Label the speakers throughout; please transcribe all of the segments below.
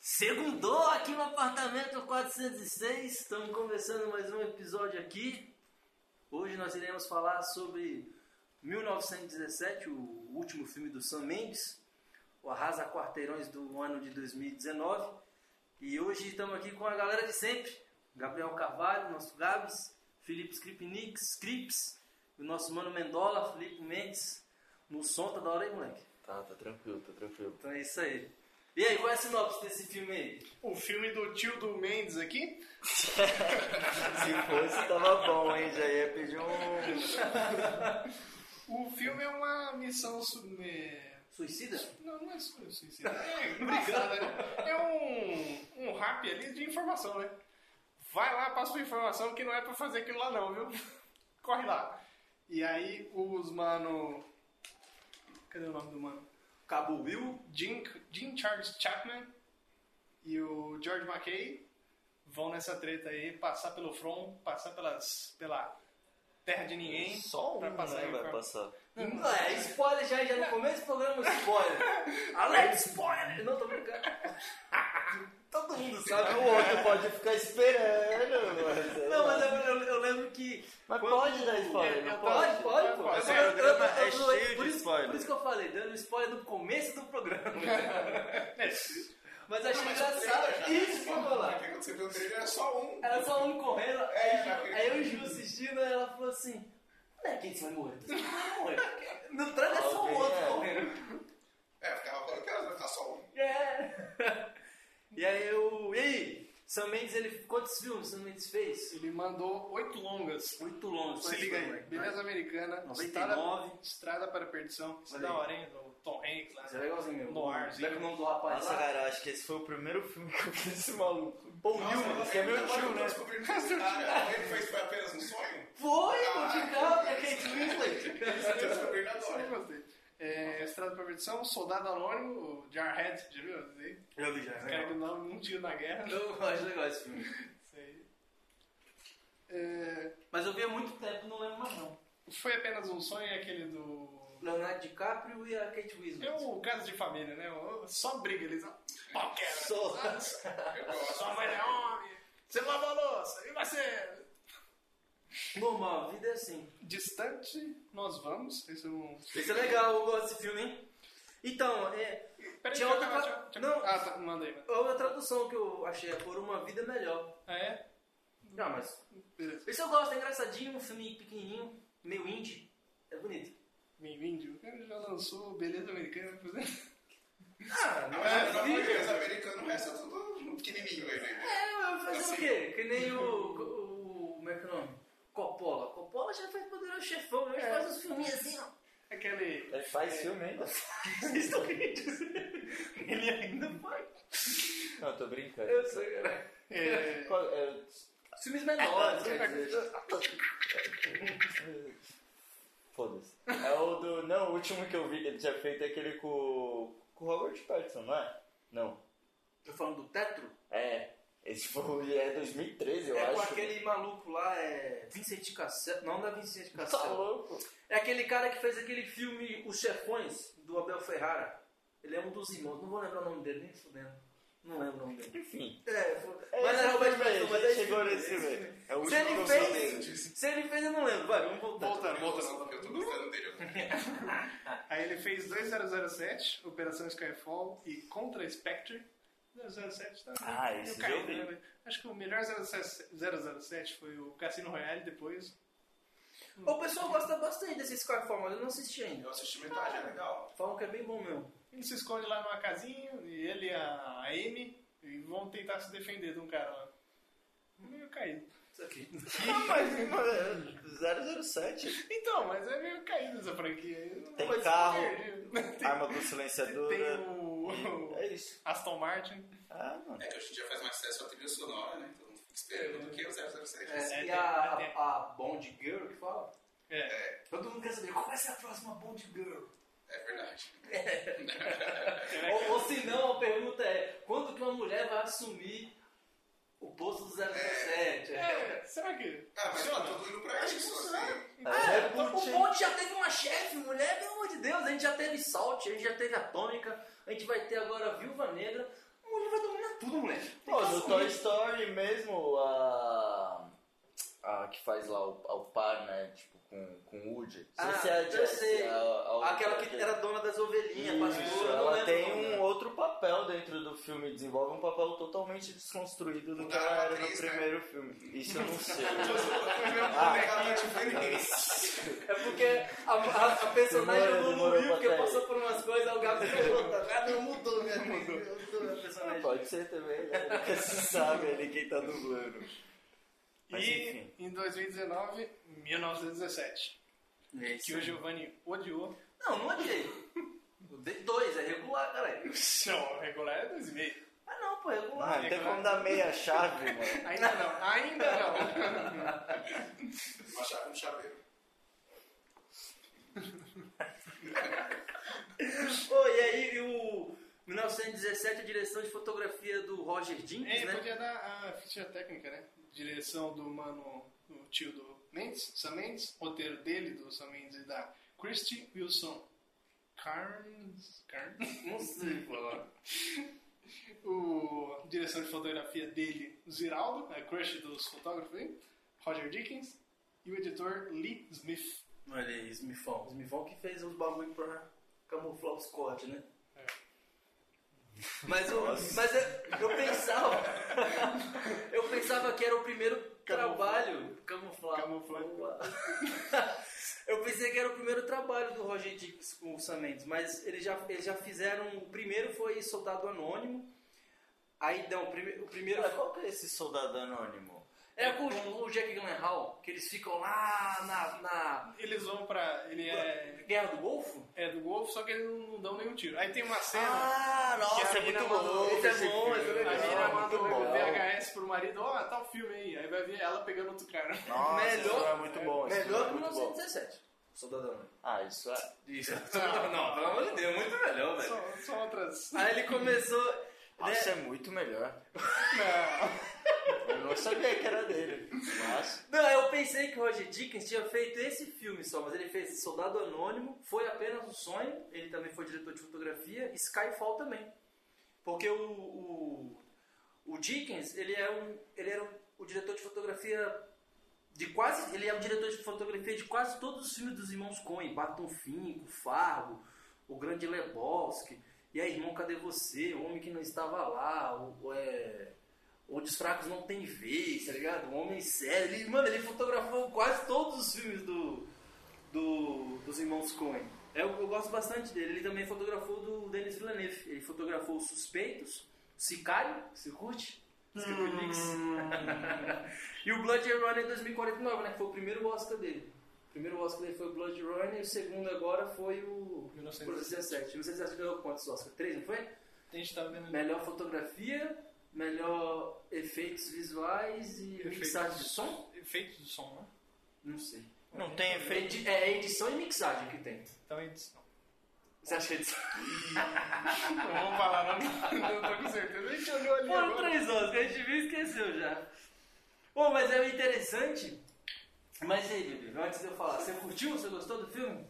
Speaker 1: Segundou aqui no apartamento 406, estamos começando mais um episódio aqui. Hoje nós iremos falar sobre 1917, o último filme do Sam Mendes, o Arrasa Quarteirões do ano de 2019. E hoje estamos aqui com a galera de sempre, Gabriel Carvalho, nosso Gabs, Felipe Skripnik, Scripps, o nosso mano Mendola, Felipe Mendes. No som tá da hora aí, moleque.
Speaker 2: Tá, tá tranquilo, tá tranquilo.
Speaker 1: Então é isso aí. E aí, qual é a sinopse desse filme aí?
Speaker 3: O filme do tio do Mendes aqui?
Speaker 2: Se fosse, tava bom, hein? Já ia pedir um.
Speaker 3: O filme é uma missão sub... é,
Speaker 1: Suicida?
Speaker 3: Não, não é su- suicida. É engraçado, né? É um, um rap ali de informação, né? Vai lá, passa sua informação que não é pra fazer aquilo lá não, viu? Corre lá. E aí os mano... Cadê o nome do mano?
Speaker 1: Cabo Will?
Speaker 3: Jim, Jim Charles Chapman e o George McKay vão nessa treta aí, passar pelo front, passar pelas, pela terra de ninguém.
Speaker 2: Só um,
Speaker 3: pra passar
Speaker 2: né?
Speaker 3: aí
Speaker 2: Vai
Speaker 3: pra-
Speaker 2: passar.
Speaker 1: Não, é, spoiler já, já no começo do programa, spoiler. Alex, spoiler! Não, tô brincando. Todo mundo sabe.
Speaker 2: O outro pode ficar esperando, mas.
Speaker 1: Não, mas eu, eu- eu lembro que...
Speaker 2: Mas
Speaker 1: quando-
Speaker 2: pode dar spoiler, não
Speaker 3: eu-
Speaker 2: pode?
Speaker 1: Pode, pode, pô.
Speaker 3: Pode.
Speaker 1: Eu-
Speaker 2: Esse
Speaker 1: eu-
Speaker 2: programa
Speaker 1: eu- eu-
Speaker 2: é
Speaker 1: eu-
Speaker 2: cheio
Speaker 1: por
Speaker 2: de
Speaker 1: isso-
Speaker 2: spoiler.
Speaker 1: Por isso que eu falei, dando spoiler do começo do programa.
Speaker 3: É,
Speaker 1: Mas eu achei engraçado. Isso que eu vou
Speaker 4: Ah,
Speaker 1: lá.
Speaker 4: O que aconteceu? Pelo trailer é só um.
Speaker 1: Era só um correndo, aí,
Speaker 4: É,
Speaker 1: Ju- aí eu e o Ju assistindo, aí ela falou assim, não é quem você vai morrer, você vai morrer. No trânsito é só um
Speaker 2: Alguém,
Speaker 1: outro
Speaker 2: é.
Speaker 1: correndo.
Speaker 4: É, eu ficava falando que era, vai ficar só um.
Speaker 1: É. E aí eu... E aí? Sam Mendes, ele... Quantos filmes Sam Mendes fez?
Speaker 3: Ele mandou oito longas.
Speaker 1: Muito longe.
Speaker 3: Se liga aí. Beleza Americana.
Speaker 1: 99.
Speaker 3: Estrada, Estrada para a Perdição. Isso é
Speaker 1: Olha aí.
Speaker 3: da hora, hein? Do Tom Hanks lá.
Speaker 1: Isso é legalzinho mesmo.
Speaker 3: No ar,
Speaker 1: Lembra o nome do rapaz
Speaker 2: Nossa,
Speaker 1: lá?
Speaker 2: cara, acho que esse foi o primeiro filme que eu vi desse maluco. Paul Newman,
Speaker 4: Nossa,
Speaker 2: que é meu
Speaker 4: agora
Speaker 2: tio,
Speaker 4: eu
Speaker 2: né?
Speaker 4: descobri que isso é nada. Ele fez foi apenas um sonho?
Speaker 1: Foi, o de carro, que é Kate Winslet.
Speaker 4: Isso eu descobri na
Speaker 3: Sim, eu
Speaker 4: hora.
Speaker 3: gostei. É, Estrada para a Perdição, Soldado Anônimo, o Jarhead, já viu? Esse aí?
Speaker 1: Eu vi já,
Speaker 3: Esse cara que não um tiro na guerra.
Speaker 1: Eu acho legal esse filme.
Speaker 3: Isso aí. É,
Speaker 1: Mas eu vi há muito tempo, não lembro mais não.
Speaker 3: foi apenas um sonho é aquele do.
Speaker 1: Leonardo DiCaprio e a Kate Winslet.
Speaker 3: É o caso de família, né? O- Só briga, eles. Pau quebra.
Speaker 2: Só.
Speaker 4: Eu gosto.
Speaker 3: Sua mãe é homem. Você lava a louça. E você?
Speaker 1: Normal, a vida é assim.
Speaker 3: Distante, nós vamos. Esse é um.
Speaker 1: Isso é legal, eu gosto desse filme, hein? Então, é,
Speaker 3: Peraí,
Speaker 1: Tinha
Speaker 3: deixa eu
Speaker 1: outra
Speaker 3: acabar,
Speaker 1: pra-
Speaker 3: deixa eu- deixa eu-
Speaker 1: Não.
Speaker 3: Ah, tá, manda aí.
Speaker 1: a outra tradução que eu achei é Por Uma Vida Melhor.
Speaker 3: Ah, é?
Speaker 1: Não, Ah, mas...
Speaker 3: Beleza.
Speaker 1: Esse eu gosto, é engraçadinho, um filme pequenininho, meio indie. É bonito.
Speaker 3: Meio índio. O cara já lançou Beleza Americana. por exemplo.
Speaker 1: Ah, não
Speaker 4: Mas não foi os americanos, o resto é tudo pequenininho aí, né?
Speaker 1: É, vai fazer o quê? Que nem o... o como é que é o nome? Coppola. Coppola já fez Poderoso Chefão, ele faz uns filminhos assim, ó.
Speaker 3: É Aquele.
Speaker 2: Ele É, faz filme ainda?
Speaker 1: Vocês estão rindo? Ele ainda faz.
Speaker 2: Não, tô brincando.
Speaker 1: Eu sei, cara.
Speaker 3: É,
Speaker 2: Qual- é,
Speaker 1: Filmes menores, quer dizer.
Speaker 2: Foda-se. É o do. Não, o último que eu vi que ele tinha feito é aquele com. o- Com o Robert Pattinson, não é? Não.
Speaker 1: Tô falando do Tetro?
Speaker 2: É. Esse foi. É 2013, eu
Speaker 1: é com
Speaker 2: acho.
Speaker 1: aquele maluco lá, é. Vincent Cassel. Não, não é Vincent
Speaker 2: Tá
Speaker 1: Cassel.
Speaker 2: louco.
Speaker 1: É aquele cara que fez aquele filme Os Chefões, do Abel Ferrara. Ele é um dos irmãos, não vou lembrar o nome dele, nem fudendo. Não lembro o nome dele.
Speaker 2: Enfim.
Speaker 1: É, foi-
Speaker 2: É
Speaker 1: mas
Speaker 2: esse
Speaker 1: era Robert
Speaker 2: filme aí,
Speaker 1: Pattinson, mas
Speaker 2: a
Speaker 1: é
Speaker 2: gente chegou
Speaker 1: esse
Speaker 2: nesse
Speaker 1: filme.
Speaker 2: filme. É o
Speaker 1: Se
Speaker 2: último que
Speaker 1: ele
Speaker 2: eu
Speaker 1: fez,
Speaker 2: sei.
Speaker 1: se ele fez, eu não lembro. Vai, vamos voltar.
Speaker 3: Voltando, voltando.
Speaker 4: Eu tô brincando dele agora.
Speaker 3: Aí ele fez 2007, Operação Skyfall e Contra Spectre. 007 tá.
Speaker 2: Ah, esse
Speaker 3: Eu caí,
Speaker 2: eu vi.
Speaker 3: né? Acho que o melhor 007 007 foi o Cassino Royale depois.
Speaker 1: O pessoal gosta bastante desse Skyfall, mas eu não assisti ainda.
Speaker 4: Eu assisti metade, é legal.
Speaker 1: Falam que é bem bom mesmo.
Speaker 3: Ele se esconde lá numa casinha, e ele e a Amy e vão tentar se defender de um cara lá. Meio caído.
Speaker 1: Isso aqui.
Speaker 2: Ah, mas, mano, 007.
Speaker 3: Então, mas é meio caído essa franquia. aí.
Speaker 2: Tem
Speaker 3: Mas
Speaker 2: carro.
Speaker 3: perdido.
Speaker 2: Arma do
Speaker 3: Tem, tem
Speaker 2: silenciador.
Speaker 3: o,
Speaker 2: É isso.
Speaker 3: Aston Martin.
Speaker 2: Ah, mano.
Speaker 4: É que hoje em dia faz mais sucesso a trilha sonora, né? Todo mundo fica esperando do que o 007.
Speaker 1: É,
Speaker 3: É,
Speaker 1: e
Speaker 3: tem-
Speaker 1: a,
Speaker 3: tem-
Speaker 1: a Bond Girl que fala?
Speaker 3: É.
Speaker 1: Todo mundo quer saber qual vai ser a próxima Bond Girl.
Speaker 4: É verdade.
Speaker 1: Ou, ou se não, a pergunta é: quando que uma mulher vai assumir o posto do 007? É.
Speaker 3: É, será que.
Speaker 4: Ah, mas tá todo mundo pra isso, assim.
Speaker 2: É,
Speaker 1: O Bond já teve uma chefe, mulher, pelo amor de Deus. A gente já teve Salt, a gente já teve Atômica, a gente vai ter agora a Viúva Negra. A mulher vai dominar tudo moleque. Tem
Speaker 5: Pô,
Speaker 1: que
Speaker 5: no
Speaker 1: assumir.
Speaker 5: Toy Story mesmo, a. A que faz lá o, o par, né? Tipo, com, com o Woody. Não
Speaker 1: Ah,
Speaker 5: se é a
Speaker 1: eu
Speaker 5: Jessie,
Speaker 1: sei.
Speaker 5: a- a-
Speaker 1: Aquela que era dona das ovelhinhas,
Speaker 5: Isso,
Speaker 1: pastora. eu não
Speaker 5: ela
Speaker 1: lembro
Speaker 5: tem
Speaker 1: o nome
Speaker 5: um
Speaker 1: dela.
Speaker 5: outro papel dentro do filme, desenvolve um papel totalmente desconstruído do que
Speaker 4: Mudaram
Speaker 5: ela
Speaker 4: a
Speaker 5: era no
Speaker 4: atriz, né?
Speaker 5: primeiro filme. Isso eu não sei.
Speaker 4: Cara, tipo,
Speaker 1: É porque a, a- a personagem
Speaker 5: Demorou, demorou
Speaker 1: evoluiu, porque
Speaker 5: pra ter.
Speaker 1: passou por umas coisas, aí o Gabi falou, tá vendo? Eu mudou minha mudou. a personagem.
Speaker 5: Pode ser também, né? Nunca se sabe ali quem tá dublando. Mas
Speaker 3: E
Speaker 5: enfim.
Speaker 3: em 2019, 1917.
Speaker 1: É
Speaker 3: Que o Giovanni odiou.
Speaker 1: Não, não odiei. Eu dei dois, é regular, caralho.
Speaker 3: Não, regular é 2,5.
Speaker 1: Ah não, pô, é regular.
Speaker 5: Ah, tem como dar meia chave, mano.
Speaker 3: Ainda não, ainda não.
Speaker 4: uma chave, um chaveiro.
Speaker 1: Pô, e aí o 1917, a direção de fotografia do Roger Jenkins,
Speaker 3: É,
Speaker 1: né?
Speaker 3: podia dar a ficha técnica, né? Direção do mano, do tio do Mendes, Sam Mendes, roteiro dele, do Sam Mendes e da Christy Wilson. Carnes. Carnes?
Speaker 1: Não sei, é. pô.
Speaker 3: O direção de fotografia dele, Ziraldo, a crush dos fotógrafos aí, Roger Dickens, e o editor Lee Smith.
Speaker 1: Olha aí, Smifão. Smifão que fez os bagulho pra camuflar os cortes, né?
Speaker 3: É.
Speaker 1: Mas, eu, mas eu, eu pensava. eu pensava que era o primeiro trabalho. Camuflar.
Speaker 3: Camuflar.
Speaker 1: eu pensei que era o primeiro trabalho do Roger Dix com o Sam Mendes, mas eles já, eles já fizeram. O primeiro foi Soldado Anônimo. Aí não, o, prime, o primeiro.
Speaker 5: Ah, Qual que é esse soldado anônimo?
Speaker 1: É com o- o Jack Gyllenhaal, que eles ficam lá na, na
Speaker 3: Eles vão pra. Ele é,
Speaker 1: Guerra do Golfo?
Speaker 3: é do Wolf, só que eles não, não dão nenhum tiro. Aí tem uma cena.
Speaker 5: Ah,
Speaker 3: Que
Speaker 5: nossa,
Speaker 3: a
Speaker 5: é
Speaker 3: mina
Speaker 5: muito
Speaker 3: mandou-
Speaker 5: bom.
Speaker 1: esse é bom,
Speaker 5: filme.
Speaker 1: esse é
Speaker 3: A
Speaker 1: legal.
Speaker 3: mina
Speaker 5: Muito
Speaker 3: mandou
Speaker 5: bom.
Speaker 3: o VHS pro marido, ó, tá o filme aí. Aí vai ver ela pegando outro cara.
Speaker 5: Nossa,
Speaker 1: Melhor-
Speaker 5: isso é muito bom. esse filme
Speaker 1: Melhor
Speaker 5: é
Speaker 1: que
Speaker 5: muito bom.
Speaker 1: 1917. Soldado Anônimo.
Speaker 5: Ah, isso é.
Speaker 1: Isso. Não, pelo amor de Deus, muito melhor, velho.
Speaker 3: São, são outras.
Speaker 1: Aí ele começou. né?
Speaker 5: Nossa, é muito melhor.
Speaker 3: Não.
Speaker 5: Eu não sabia que era dele. Mas.
Speaker 1: Não, eu pensei que o Roger Dickens tinha feito esse filme só, mas ele fez Soldado Anônimo, Foi Apenas um Sonho, ele também foi diretor de fotografia, e Skyfall também. Porque o, o, o Dickens, ele é um, ele era um- o diretor de fotografia de quase, ele é o diretor de fotografia de quase todos os filmes dos irmãos Coen, Baton Finco, Fargo, O Grande Lebowski, e aí, irmão, cadê você? O Homem que não estava lá, o, o, é, Onde os fracos não têm vez, tá ligado? Um homem sério. Ele, mano, ele fotografou quase todos os filmes do, do- dos irmãos Coen. Eu, eu gosto bastante dele. Ele também fotografou do Denis Villeneuve. Ele fotografou Os Suspeitos, Sicário, que se curte, Scriptlix. e o Blood Runner 2049, né? Que foi o primeiro Oscar dele. O primeiro Oscar dele foi o Blood Runner e o segundo agora foi o... 1917. 1917 ganhou quantos Oscars? Três, não foi?
Speaker 3: A gente tá vendo ali.
Speaker 1: Melhor fotografia, melhor efeitos visuais e
Speaker 3: Efeitos.
Speaker 1: mixagem de som?
Speaker 3: Efeitos do som, né?
Speaker 1: Não sei.
Speaker 5: Não tem efeito.
Speaker 1: Edi- É edição e mixagem que tem.
Speaker 3: Então é edição.
Speaker 1: Você acha que é edição?
Speaker 3: Não vou falar, não, não tô Tá com certeza. A gente olhou ali.
Speaker 1: Foram
Speaker 3: Agora.
Speaker 1: três horas que a gente viu e esqueceu já. Bom, mas é interessante. Mas e aí, Bibi, antes de eu falar, você curtiu? Você gostou do filme?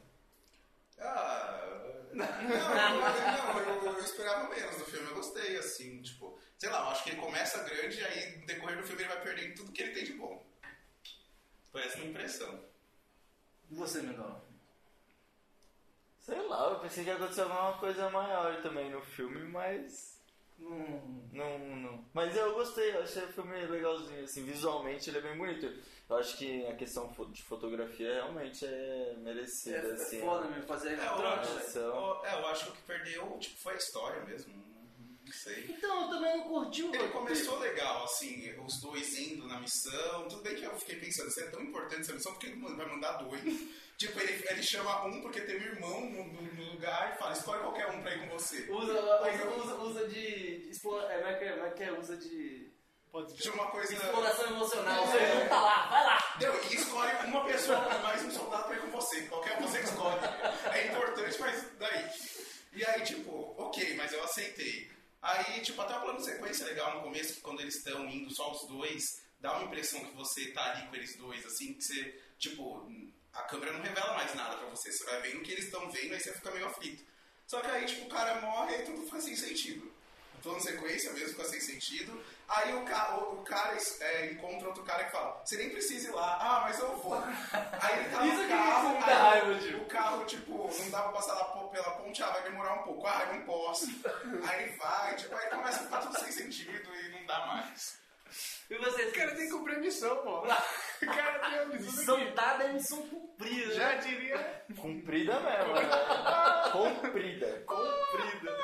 Speaker 4: Ah, não, eu- não, eu, eu esperava menos do filme, eu gostei, assim, tipo, sei lá, eu acho que ele começa grande e aí no decorrer do filme ele vai perdendo tudo que ele tem de bom. Foi essa a minha impressão.
Speaker 1: E você, Menor?
Speaker 5: Sei lá, eu pensei que ia acontecer alguma coisa maior também no filme, mas.
Speaker 1: Hum,
Speaker 5: Não, não. Mas eu gostei, eu achei o filme legalzinho, assim, visualmente ele é bem bonito. Eu acho que a questão fo- de fotografia realmente é
Speaker 1: é,
Speaker 5: merecida,
Speaker 1: é
Speaker 5: assim.
Speaker 1: foda mesmo fazer
Speaker 4: É, eu,
Speaker 1: eletrônico.
Speaker 4: acho,
Speaker 1: velho.
Speaker 5: Ação.
Speaker 4: eu- é, eu acho que o que perdeu tipo, foi a história mesmo, não sei.
Speaker 1: Então, eu também não curti o
Speaker 4: Ele começou legal, assim, os dois indo na missão. Tudo bem que eu fiquei pensando, isso é tão importante essa missão, por que ele vai mandar dois? tipo, ele, ele chama um porque tem um irmão no, no- no lugar e fala, escolhe qualquer um pra ir com você.
Speaker 1: Usa, usa, usa, usa de. de explora- é, como é que é? Como é que é? Usa de.
Speaker 3: Pode
Speaker 4: Tinha
Speaker 3: ser.
Speaker 4: uma coisa.
Speaker 1: Exploração emocional.
Speaker 4: É.
Speaker 1: Você não tá lá, vai lá!
Speaker 4: Não, e escolhe uma pessoa mais um soldado pra ir com você. Qualquer um você escolhe. É importante, mas daí. E aí, tipo, ok, mas eu aceitei. Aí, tipo, até o plano de sequência é legal no começo, que quando eles estão indo só os dois, dá uma impressão que você tá ali com eles dois, assim, que você, tipo, a câmera não revela mais nada pra você. Você vai vendo o que eles estão vendo, aí você fica meio aflito. Só que aí, tipo, o cara morre e tudo faz sem sentido. plano sequência mesmo, fica sem sentido. Aí o, ca o, o cara é, encontra outro cara que fala, você nem precisa ir lá, ah, mas eu vou. Aí ele tá
Speaker 3: Isso
Speaker 4: no
Speaker 3: que
Speaker 4: carro,
Speaker 3: me dá
Speaker 4: aí
Speaker 3: raiva, tio.
Speaker 4: o carro, tipo, não dá pra passar lá po- pela ponte, ah, vai demorar um pouco, ah, não posso. Aí vai, tipo, aí começa a ficar tudo sem sentido e não dá mais.
Speaker 1: E vocês?
Speaker 3: O cara tem que cumprir a missão, pô. O cara tem a missão.
Speaker 1: Missão dada é missão cumprida.
Speaker 3: que- Já é diria
Speaker 5: né? Comprida mesmo, né? Comprida.
Speaker 3: comprida.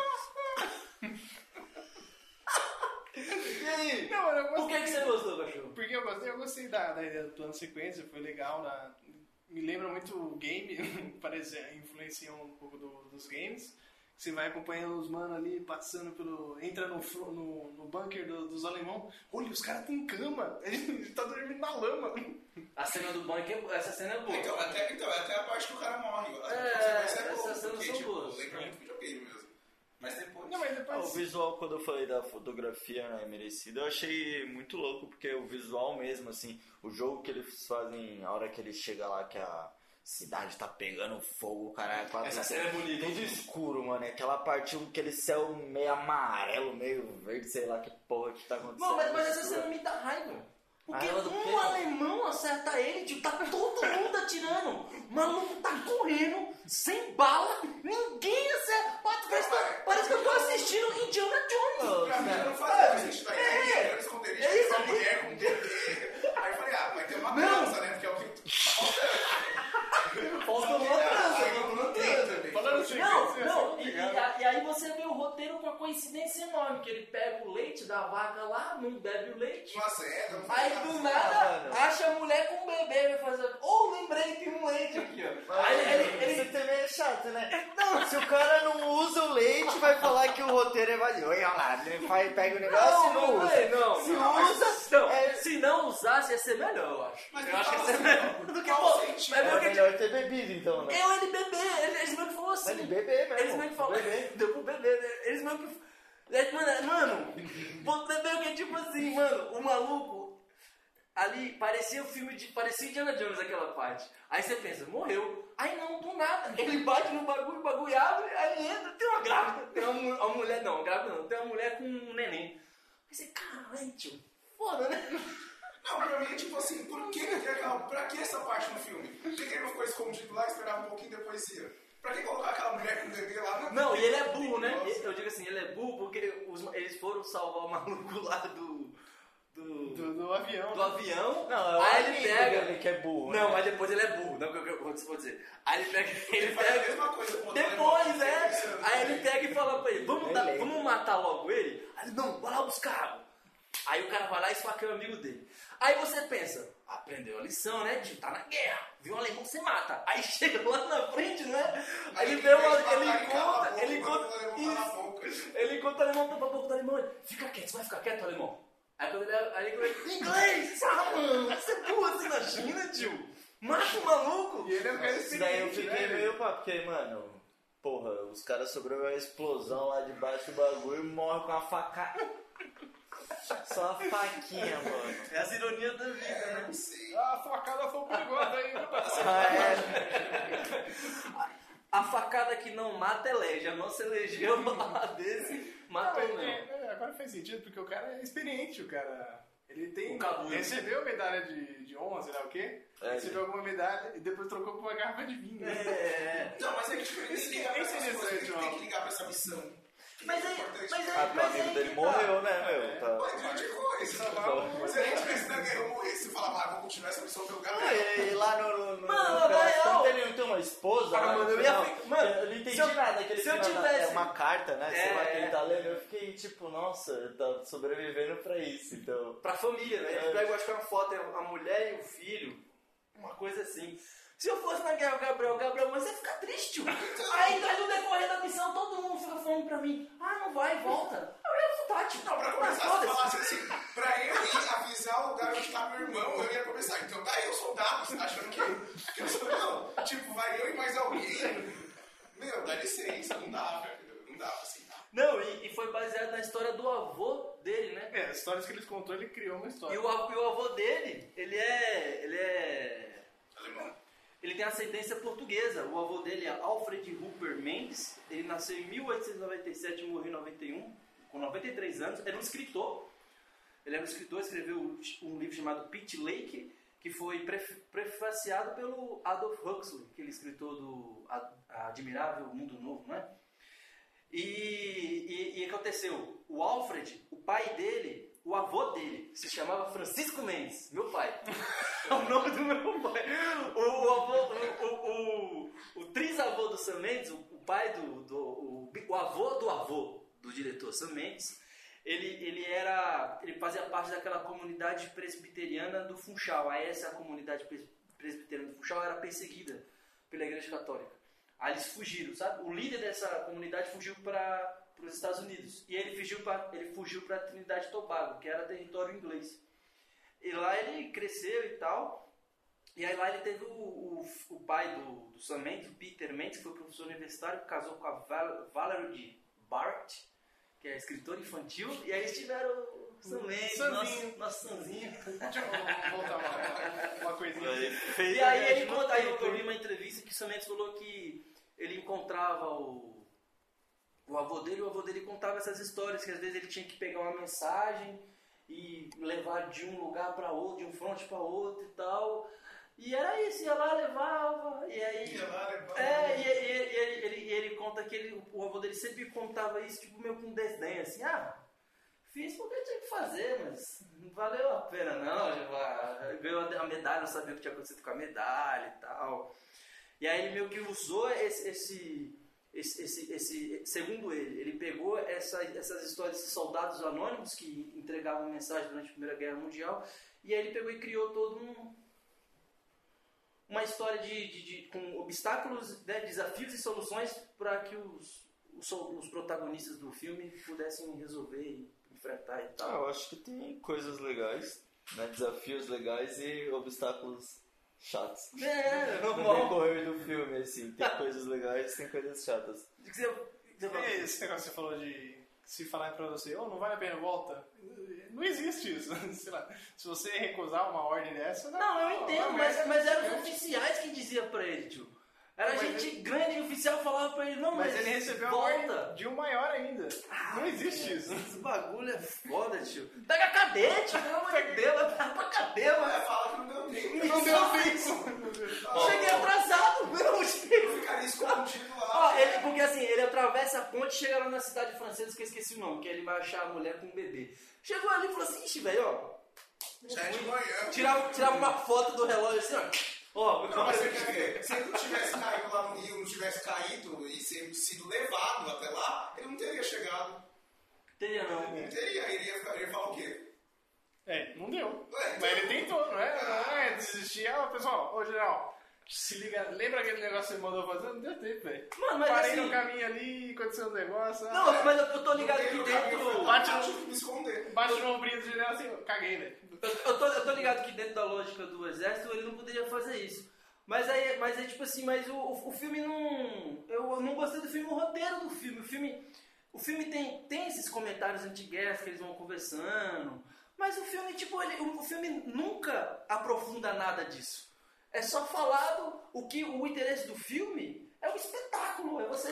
Speaker 1: E aí?
Speaker 3: Não, mano, eu
Speaker 1: O
Speaker 3: gostei.
Speaker 1: que, é que você gostou, cachorro?
Speaker 3: Porque eu gostei, eu gostei da, da ideia do plano sequência, foi legal. da- Me lembra muito o game, parece, influencia um pouco do- dos games. Você vai acompanhando os manos ali, passando pelo. entra no, fro- no, no bunker do- dos alemão. Olha, os caras têm cama, ele tá dormindo na lama.
Speaker 1: A cena do banco, é- essa cena é boa.
Speaker 4: Então, até, então, é até a parte que o cara morre.
Speaker 1: É,
Speaker 4: Você
Speaker 1: essas cenas
Speaker 4: porque,
Speaker 1: são
Speaker 4: tipo,
Speaker 1: boas. né?
Speaker 4: lembra muito videogame mesmo. Mas depois...
Speaker 3: Não, mas
Speaker 5: Ah, O
Speaker 3: depois.
Speaker 5: visual, quando eu falei da fotografia né, merecida, eu achei muito louco, porque o visual mesmo, assim, o jogo que eles fazem, a hora que ele chega lá, que a cidade tá pegando fogo, caralho, quase
Speaker 1: Essa cena é bonita.
Speaker 5: tudo escuro, mano. é Aquela parte, aquele céu meio amarelo, meio verde, sei lá que porra que tá acontecendo.
Speaker 1: Mano, mas, mas essa cena é me dá raiva. Porque
Speaker 5: Raiva do
Speaker 1: um
Speaker 5: quê?
Speaker 1: alemão acerta ele, tio, tá todo mundo atirando. O maluco tá correndo, sem bala, ninguém acerta. Parece que, eu- parece que eu tô assistindo Indiana Jones.
Speaker 4: Pra mim, eu não fazia isso. Isso daí é um esconderijo
Speaker 1: É isso
Speaker 4: de uma
Speaker 1: aí.
Speaker 4: mulher com um bebê. Aí eu falei, ah, vai ter uma trança, né? Porque é o que.
Speaker 1: Falta uma
Speaker 4: Ah,
Speaker 1: trança.
Speaker 4: aí eu não tem também.
Speaker 3: Falando sequência,
Speaker 1: Não,
Speaker 3: você
Speaker 1: não, e,
Speaker 3: tá
Speaker 1: e
Speaker 3: ligado?
Speaker 1: a- e aí você vê o roteiro com uma coincidência enorme, que ele pega o leite da vaca lá, não bebe o leite,
Speaker 4: Uma seda, não
Speaker 1: aí
Speaker 4: faz nada.
Speaker 1: do nada acha a mulher com um bebê e vai fazer, oh, lembrei, tem um leite aqui, ó. Aí ele, ele,
Speaker 5: Isso também é chato, né? Não, se o cara não usa o leite, vai falar que o roteiro é vazio. Olha lá, ele faz- pega o negócio
Speaker 1: Não,
Speaker 5: e não
Speaker 1: não,
Speaker 5: usa.
Speaker 1: é, não.
Speaker 5: Se
Speaker 1: não,
Speaker 5: usa,
Speaker 1: não.
Speaker 5: é-
Speaker 1: Se não usasse, ia ser melhor, eu acho.
Speaker 4: Mas
Speaker 1: eu acho que ia ser
Speaker 4: fala
Speaker 1: melhor
Speaker 4: assim,
Speaker 1: do que
Speaker 4: qual
Speaker 1: bom.
Speaker 4: o sentido?
Speaker 1: Mas
Speaker 5: É
Speaker 1: meu que
Speaker 5: melhor ter bebido, então, né?
Speaker 1: eu, ele bebê, ele- eles mesmo que falou assim.
Speaker 5: Mas de beber mesmo.
Speaker 1: Eles mesmo que falou.
Speaker 5: Beber.
Speaker 1: Deu pro bebê, né? eles mesmo que. eles- Mano, mano você vê que é tipo assim, mano, o maluco. Ali parecia o filme de. Parecia Indiana Jones aquela parte. Aí você pensa, morreu. Aí não, do nada. Ele bate no bagulho, o bagulho abre, aí entra, tem uma grávida. Tem uma, mu- uma mulher, não, grávida não, tem uma mulher com um neném. Aí você, caralho, tio, foda, né?
Speaker 4: Não, pra mim é tipo assim, por que que aquela. Pra que essa parte no filme? Por que que ele não ficou escondido lá, esperava um pouquinho e depois ia? Pra que colocar aquela mulher com o bebê lá? na-
Speaker 1: Não, e ele é burro, né?
Speaker 4: Nossa.
Speaker 1: Eu digo assim, ele é burro porque os- eles foram salvar o maluco lá do. do,
Speaker 3: Do, do avião.
Speaker 1: do avião.
Speaker 5: Não, é o
Speaker 1: aí ele
Speaker 5: amigo
Speaker 1: pega.
Speaker 5: dele que é burro.
Speaker 1: Não,
Speaker 5: né?
Speaker 1: mas depois ele é burro, não que eu, que eu vou vou dizer. Aí ele pega. Ele
Speaker 4: Ele faz a
Speaker 1: pega
Speaker 4: mesma coisa com o
Speaker 1: depois,
Speaker 4: Doraemon.
Speaker 1: é. Aí ele pega e fala pra ele: vamos, dar-
Speaker 5: Beleza.
Speaker 1: vamos matar logo ele? Aí ele: não, bora lá buscar. Aí o cara vai lá e esfaqueia o amigo dele. Aí você pensa: aprendeu a lição, né? Tio, tá na guerra. Viu um alemão, você mata. Aí chega lá na frente, né? Aí ele vê uma. Ele conta. Ele conta.
Speaker 5: tá
Speaker 1: Isso.
Speaker 4: Isso.
Speaker 1: Ele conta alemão, tá pra pouco do alemão, ele fica quieto, você vai ficar quieto, alemão. Aí quando ele, aí quando ele inglês, ah, mano, você pula assim na China, tio. Mata o maluco.
Speaker 3: E ele é um cara
Speaker 5: Isso daí eu
Speaker 3: experiente,
Speaker 5: fiquei
Speaker 3: né?
Speaker 5: meio pá, porque, mano, porra, os caras sobreviveram a explosão lá debaixo do bagulho e morrem com a faca. Só a faquinha, mano.
Speaker 1: É as ironias da vida,
Speaker 4: Eu
Speaker 1: né?
Speaker 4: não sei.
Speaker 3: Ah, a facada foi perigosa aí, tá viu, parceiro?
Speaker 5: Ah, é.
Speaker 1: A facada que não mata elege, a nossa elegeu a desse,
Speaker 3: Não,
Speaker 1: matou
Speaker 3: mas,
Speaker 1: mesmo.
Speaker 3: é, é, agora faz sentido, porque o cara é experiente, o cara. Ele tem.
Speaker 1: O Cabu, né?
Speaker 3: recebeu medalha de, de honra, sei lá o quê.
Speaker 5: É.
Speaker 3: recebeu alguma medalha e depois trocou por uma garrafa de vinho. né?
Speaker 1: É.
Speaker 4: Não, mas é que tipo, ele tem que ligar pra
Speaker 3: Esse é
Speaker 4: essas coisas, ele
Speaker 3: interessante,
Speaker 4: tem
Speaker 3: ó.
Speaker 4: que ligar pra essa missão.
Speaker 1: Mas aí,
Speaker 4: Importante.
Speaker 1: mas
Speaker 5: Ah,
Speaker 1: aí,
Speaker 5: porque o
Speaker 1: mas
Speaker 5: amigo
Speaker 1: aí.
Speaker 5: dele
Speaker 1: que tá.
Speaker 5: morreu, né, meu? Tá.
Speaker 4: Mas grande coisa. Se a gente tivesse na guerra, eu morresse e falava, ah, vou continuar essa missão pelo
Speaker 5: Ah,
Speaker 1: É,
Speaker 4: galera.
Speaker 5: E, e lá no. no, no
Speaker 1: Mano,
Speaker 5: no Brasil,
Speaker 1: na real-
Speaker 5: ele não tem uma esposa.
Speaker 1: Ah,
Speaker 5: lá no
Speaker 1: mano, eu ia
Speaker 5: final?
Speaker 1: fi- mano,
Speaker 5: eu não entendi
Speaker 1: se eu-
Speaker 5: nada. Aquele
Speaker 1: se eu
Speaker 5: final da-
Speaker 1: tivesse-
Speaker 5: É uma carta, né? sei
Speaker 1: É,
Speaker 5: lá que
Speaker 1: é.
Speaker 5: ele tá lendo. Eu fiquei tipo, nossa, tá sobrevivendo pra isso, então.
Speaker 1: pra família, né? Eles pegam, acho que é uma foto, é a mulher e o filho, uma coisa assim. Se eu fosse na guerra com o Gabriel, Gabriel, mas você fica triste, tio. Aí, aí no decorrer da missão, todo mundo fica falando pra mim, ah, não vai, volta. Eu ia voltar, tipo, tio. Não,
Speaker 4: Pra começar, se falasse assim, pra eu ir avisar o lugar onde tá meu irmão, eu ia começar. Então tá aí os soldados, achando que, que eu sou. Não, tipo, vai eu e mais alguém. Meu, dá licença, não dá, velho. Não dá assim.
Speaker 1: Não, e, e foi baseado na história do avô dele, né?
Speaker 3: É, as histórias que eles contou, ele criou uma
Speaker 1: E
Speaker 3: história.
Speaker 1: o, av- e o avô dele, ele é. Ele é.
Speaker 4: Alemão.
Speaker 1: Ele tem ascendência portuguesa. O avô dele é Alfred Hooper Mendes. Ele nasceu em 1897 e morreu em 91. com 93 anos, era um escritor. Ele era um escritor, escreveu um livro chamado Pitch Lake, que foi pref- prefaciado pelo Adolf Huxley, aquele escritor do A- Admirável Mundo Novo, não é? E, e, e aconteceu, o Alfred, o pai dele, o avô dele, se chamava Francisco Mendes, meu pai. é o nome do meu pai. O, o avô, o, o, o, o trisavô do Sam Mendes, o, o pai do, do o, bi- o avô do avô do diretor Sam Mendes, ele, ele era, ele fazia parte daquela comunidade presbiteriana do Funchal. Aí essa é comunidade pres- presbiteriana do Funchal era perseguida pela Igreja Católica. Aí eles fugiram, sabe? O líder dessa comunidade fugiu para os Estados Unidos. E ele fugiu para ele fugiu para Trinidade e Tobago, que era território inglês. E lá ele cresceu e tal. E aí lá ele teve o, o, o pai do, do Sam Mendes, o Peter Mendes, que foi professor universitário, casou com a Val, Valerie de Bart, que é escritora infantil. E aí eles tiveram o Sam Mendes, nosso,
Speaker 3: Sanzinho.
Speaker 1: nosso Sanzinho.
Speaker 3: Deixa eu voltar uma, uma coisinha.
Speaker 1: É. E
Speaker 4: né?
Speaker 1: aí ele conta, aí eu li uma entrevista que o Sam Mendes falou que ele encontrava o, o avô dele, o avô dele contava essas histórias, que às vezes ele tinha que pegar uma mensagem e levar de um lugar para outro, de um fronte para outro e tal. E era isso, ia lá, levava, e aí...
Speaker 4: Ia lá, levava.
Speaker 1: É, e, e- e ele, ele- ele conta que ele- o avô dele sempre contava isso, tipo, meio com desdém, assim, ah, fiz porque eu tinha que fazer, mas não valeu a pena não, tipo, ah, ganhou a a medalha, não sabia o que tinha acontecido com a medalha e tal. E aí ele meio que usou esse, esse, esse, esse, esse- segundo ele, ele pegou essa- essas histórias de soldados anônimos que entregavam mensagem durante a Primeira Guerra Mundial, e aí ele pegou e criou todo um, uma história de, de- de- com obstáculos, né, desafios e soluções para que os, os, sol- os protagonistas do filme pudessem resolver e enfrentar e
Speaker 2: Ah,
Speaker 1: tal.
Speaker 2: eu acho que tem coisas legais, né? Desafios legais e obstáculos chatos.
Speaker 1: É,
Speaker 2: No
Speaker 1: normal.
Speaker 2: decorrer do filme, assim, tem coisas legais, tem coisas chatas.
Speaker 1: O que você- o que você fala?
Speaker 3: Esse negócio que você falou de se falar pra você, oh, não vale a pena, volta. Não existe isso. Sei lá, se você recusar uma ordem dessa, não.
Speaker 1: Não, eu entendo, mas, mas eram os
Speaker 3: eu-
Speaker 1: oficiais que diziam pra ele, tio. Era
Speaker 3: Mas
Speaker 1: gente grande, o oficial falava pra ele, não, mas,
Speaker 3: Mas ele recebeu a ordem
Speaker 1: volta. Ah,
Speaker 3: de um maior ainda. Não existe isso.
Speaker 1: Esse bagulho é foda, tio. Pega a cadeia, tio, pelo amor de Deus, vai pra cadeia,
Speaker 4: Ela
Speaker 1: mano.
Speaker 4: fala que não deu tempo.
Speaker 1: é
Speaker 3: Não deu tempo.
Speaker 4: Ó,
Speaker 1: Cheguei atrasado, pelo amor de Deus.
Speaker 4: Eu ficaria escondido
Speaker 1: Ó,
Speaker 4: lá.
Speaker 1: ele, porque assim, ele atravessa a ponte e chega lá na cidade francesa, que eu esqueci o nome, que ele vai achar a mulher com um bebê. Chegou ali e falou assim, ixi, velho, ó.
Speaker 4: Já é de manhã.
Speaker 1: Tirava, tirava uma foto do relógio assim, ó. Ó,
Speaker 4: Não, mas você quer ver? Se ele não tivesse caído lá no rio, não tivesse caído e ser- sido levado até lá, ele não teria chegado.
Speaker 1: teria não.
Speaker 4: Não teria, ele ia, ficar- ele ia falar o quê?
Speaker 3: É, não deu. Mas ele tentou, não é? Não é desistir. Ah, pessoal, ô geral, se liga, lembra aquele negócio que você mandou fazer? Não deu tempo, velho.
Speaker 1: Mano, mas
Speaker 3: Parei
Speaker 1: assim-
Speaker 3: no caminho ali, aconteceu um negócio. ah,
Speaker 1: Não, mas eu, eu tô ligado
Speaker 4: Porque
Speaker 1: que
Speaker 4: no caminho eu fui
Speaker 1: dentro.
Speaker 4: lá,
Speaker 3: Bate-
Speaker 4: eu tive que me esconder.
Speaker 3: Baixo no ombrinho do general assim, eu caguei, velho.
Speaker 1: Eu, eu tô, eu tô ligado que dentro da lógica do exército ele não poderia fazer isso. Mas aí, mas é tipo assim, mas o, o, o filme não. Eu não gostei do filme, o roteiro do filme. O filme, o filme tem, tem esses comentários anti-guerra que eles vão conversando. Mas o filme, tipo, ele, o filme nunca aprofunda nada disso. É só falado o que o interesse do filme é o espetáculo. É você,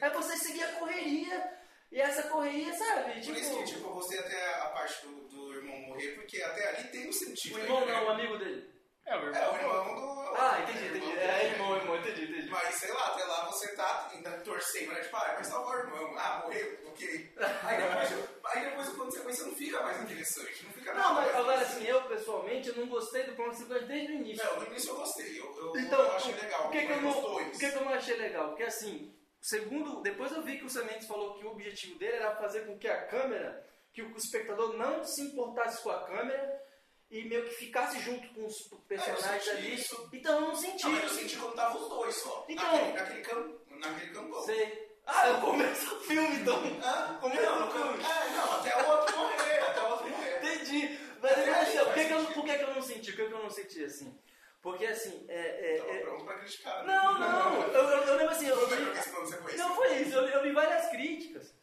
Speaker 1: é você seguir a correria. E essa correria, sabe?
Speaker 4: Por isso que, tipo, eu gostei até a parte do, do irmão morrer, porque até ali tem um sentido.
Speaker 1: o irmão
Speaker 4: né?
Speaker 1: não, o amigo dele.
Speaker 3: É, o
Speaker 4: É,
Speaker 3: irmão.
Speaker 4: o irmão do...
Speaker 1: Ah, entendi,
Speaker 4: irmão
Speaker 1: entendi.
Speaker 4: do-
Speaker 1: É, irmão, irmão, entendi, entendi.
Speaker 4: Mas sei lá, até lá você tá ainda torcendo, né? Tipo, ah, vai salvar o irmão. Ah, morreu, ok. Aí depois, aí depois o plano de sequência não fica mais interessante. Não fica
Speaker 1: Não, mas
Speaker 4: mais-
Speaker 1: agora assim, eu pessoalmente eu não gostei do plano sequência desde o início.
Speaker 4: Não, no início eu gostei. Eu, eu,
Speaker 1: Então,
Speaker 4: eu achei legal.
Speaker 1: o que, que eu
Speaker 4: mas
Speaker 1: não,
Speaker 4: os dois.
Speaker 1: o que que eu não achei legal? Porque assim, segundo, depois eu vi que o Sementes falou que o objetivo dele era fazer com que a câmera, que o espectador não se importasse com a câmera e meio que ficasse junto com os personagens
Speaker 4: senti
Speaker 1: ali.
Speaker 4: isso.
Speaker 1: Então eu não senti.
Speaker 4: Não, mas eu senti quando tava os dois só.
Speaker 1: Então.
Speaker 4: Naquele, naquele campo. Naquele campo.
Speaker 1: Sei. Ah, eu começo o filme então.
Speaker 4: Hã?
Speaker 1: Como é
Speaker 4: não,
Speaker 1: que eu-
Speaker 4: não, é, não, até o outro morrer, até o outro morrer.
Speaker 1: Entendi. Mas eu não
Speaker 4: Faz
Speaker 1: sei, por que, que eu, não-
Speaker 4: sentido.
Speaker 1: por que que eu não senti? Por que, que eu não senti assim? Porque assim, é- é-
Speaker 4: Tava
Speaker 1: é,
Speaker 4: pronto pra criticar. né?
Speaker 1: Não, não. Eu, eu, eu lembro assim, eu
Speaker 4: Não foi pra
Speaker 1: vi.
Speaker 4: esse plano de sequência.
Speaker 1: Não foi isso, eu, eu li várias críticas.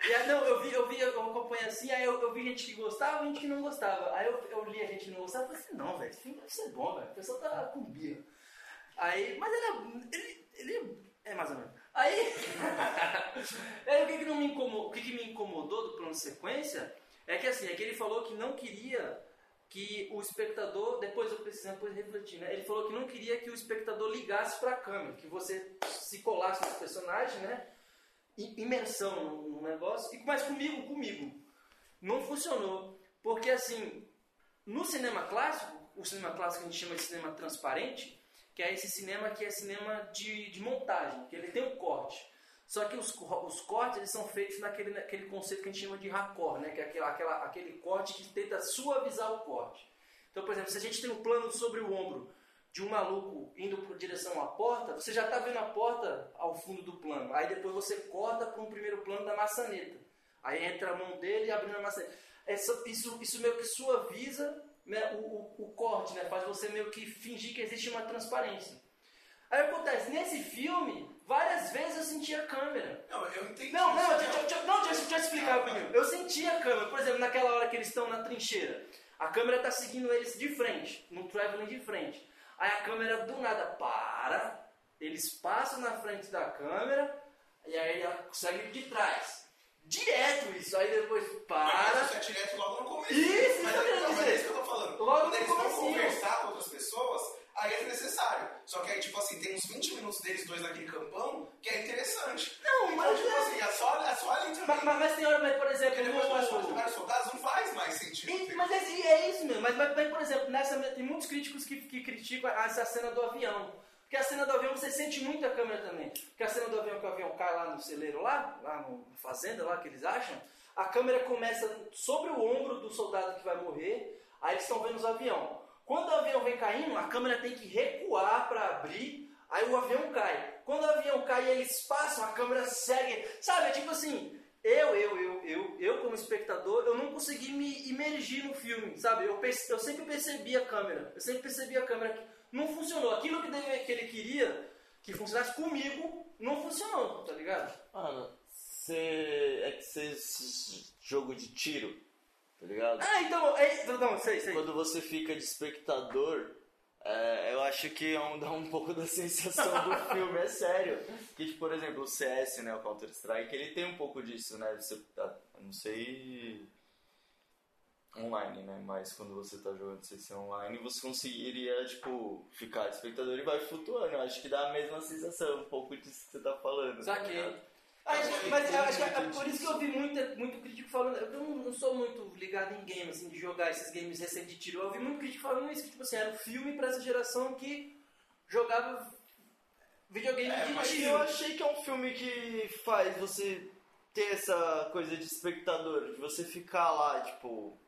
Speaker 1: E aí, não, eu vi, eu vi, eu acompanhei assim, aí eu, eu vi gente que gostava e gente que não gostava. Aí eu, eu li a gente que não gostava e falei assim, não, velho, esse filme deve ser bom, velho. O pessoal tá com birra. Aí, mas ele, é- ele, ele É mais ou menos. Aí, aí o que, que não me incomodou, o que, que me incomodou do plano de sequência é que assim, é que ele falou que não queria que o espectador, depois eu preciso depois refletir, né? Ele falou que não queria que o espectador ligasse para a câmera, que você se colasse nos personagens, né? I- Imersão no, no negócio. E mas comigo, comigo não funcionou, porque assim, no cinema clássico, o cinema clássico a gente chama de cinema transparente, que é esse cinema que é cinema de, de montagem, que ele tem um corte. Só que os, co- os cortes eles são feitos naquele, naquele conceito que a gente chama de racor, né? que é aquela, aquela, aquele corte que tenta suavizar o corte. Então, por exemplo, se a gente tem um plano sobre o ombro de um maluco indo por direção à porta, você já está vendo a porta ao fundo do plano. Aí depois você corta para um primeiro plano da maçaneta. Aí entra a mão dele e abrindo a maçaneta. Essa- isso, isso meio que suaviza né, o, o- o corte, né? faz você meio que fingir que existe uma transparência. Aí acontece, nesse filme, várias vezes eu senti a câmera.
Speaker 4: Não, eu entendi.
Speaker 1: Não,
Speaker 4: isso,
Speaker 1: não,
Speaker 4: né?
Speaker 1: deixa, deixa, não, deixa, deixa eu explicar primeiro. Eu senti a câmera, por exemplo, naquela hora que eles estão na trincheira. A câmera tá seguindo eles de frente, no traveling de frente. Aí a câmera do nada para, eles passam na frente da câmera e aí ela segue de trás. Direto isso, aí depois
Speaker 4: Mas
Speaker 1: para.
Speaker 4: Isso é direto logo no começo.
Speaker 1: Isso, isso
Speaker 4: mas,
Speaker 1: que eu
Speaker 4: não,
Speaker 1: quero
Speaker 4: mas
Speaker 1: dizer.
Speaker 4: é isso que eu tô falando.
Speaker 1: Logo
Speaker 4: Quando
Speaker 1: no
Speaker 4: eles vão
Speaker 1: comecinho.
Speaker 4: conversar com outras pessoas, aí é necessário. Só que aí, tipo assim, tem uns 20 minutos deles dois naquele campão que é interessante.
Speaker 1: Não,
Speaker 4: Então,
Speaker 1: mas
Speaker 4: tipo
Speaker 1: é-
Speaker 4: assim, é só, é só ali
Speaker 1: Mas,
Speaker 4: também.
Speaker 1: mas, é mas tem hora, mas, por exemplo,
Speaker 4: Porque depois
Speaker 1: no-
Speaker 4: mais forte, vários soldados não faz mais sentido.
Speaker 1: E- Mas é, e é isso mesmo. Mas, mas, mas, por exemplo, nessa, tem muitos críticos que, que criticam essa cena do avião. Porque a cena do avião você sente muito a câmera também. Porque a cena do avião que o avião cai lá no celeiro, lá, lá no- na fazenda, lá que eles acham, a câmera começa sobre o ombro do soldado que vai morrer, aí eles estão vendo os avião. Quando o avião vem caindo, a câmera tem que recuar para abrir, aí o avião cai. Quando o avião cai e eles passam, a câmera segue. Sabe, é tipo assim, eu, eu, eu, eu, eu como espectador, eu não consegui me imergir no filme, sabe? Eu, perce- eu sempre percebi a câmera, eu sempre percebi a câmera que não funcionou. Aquilo que, deve- que ele queria que funcionasse comigo, não funcionou, tá ligado?
Speaker 2: Mano, cê... é que você jogo de tiro, tá ligado?
Speaker 1: Ah, então, é, não, não, sei, sei.
Speaker 2: Quando você fica de espectador, é, eu acho que é um- dá um pouco da sensação do filme, é sério. Que, tipo, por exemplo, o CS, né, o Counter Strike, ele tem um pouco disso, né? Você, ah, eu não sei online, né? Mas quando você tá jogando CC online, você conseguiria, tipo, ficar de espectador e vai flutuando. Eu acho que dá a mesma sensação, um pouco disso que você tá falando. tá
Speaker 1: Saquei.
Speaker 2: ligado?
Speaker 1: Ah, gente, mas eu acho que é por isso que eu vi muito, muito crítico falando. Eu não, não sou muito ligado em games, assim, de jogar esses games recentes de tiro. Eu vi muito crítico falando isso, que tipo assim, era um filme pra essa geração que jogava videogame
Speaker 4: É,
Speaker 1: de
Speaker 4: mas
Speaker 2: E eu
Speaker 1: tiro.
Speaker 2: achei que é um filme que faz você ter essa coisa de espectador, de você ficar lá, tipo.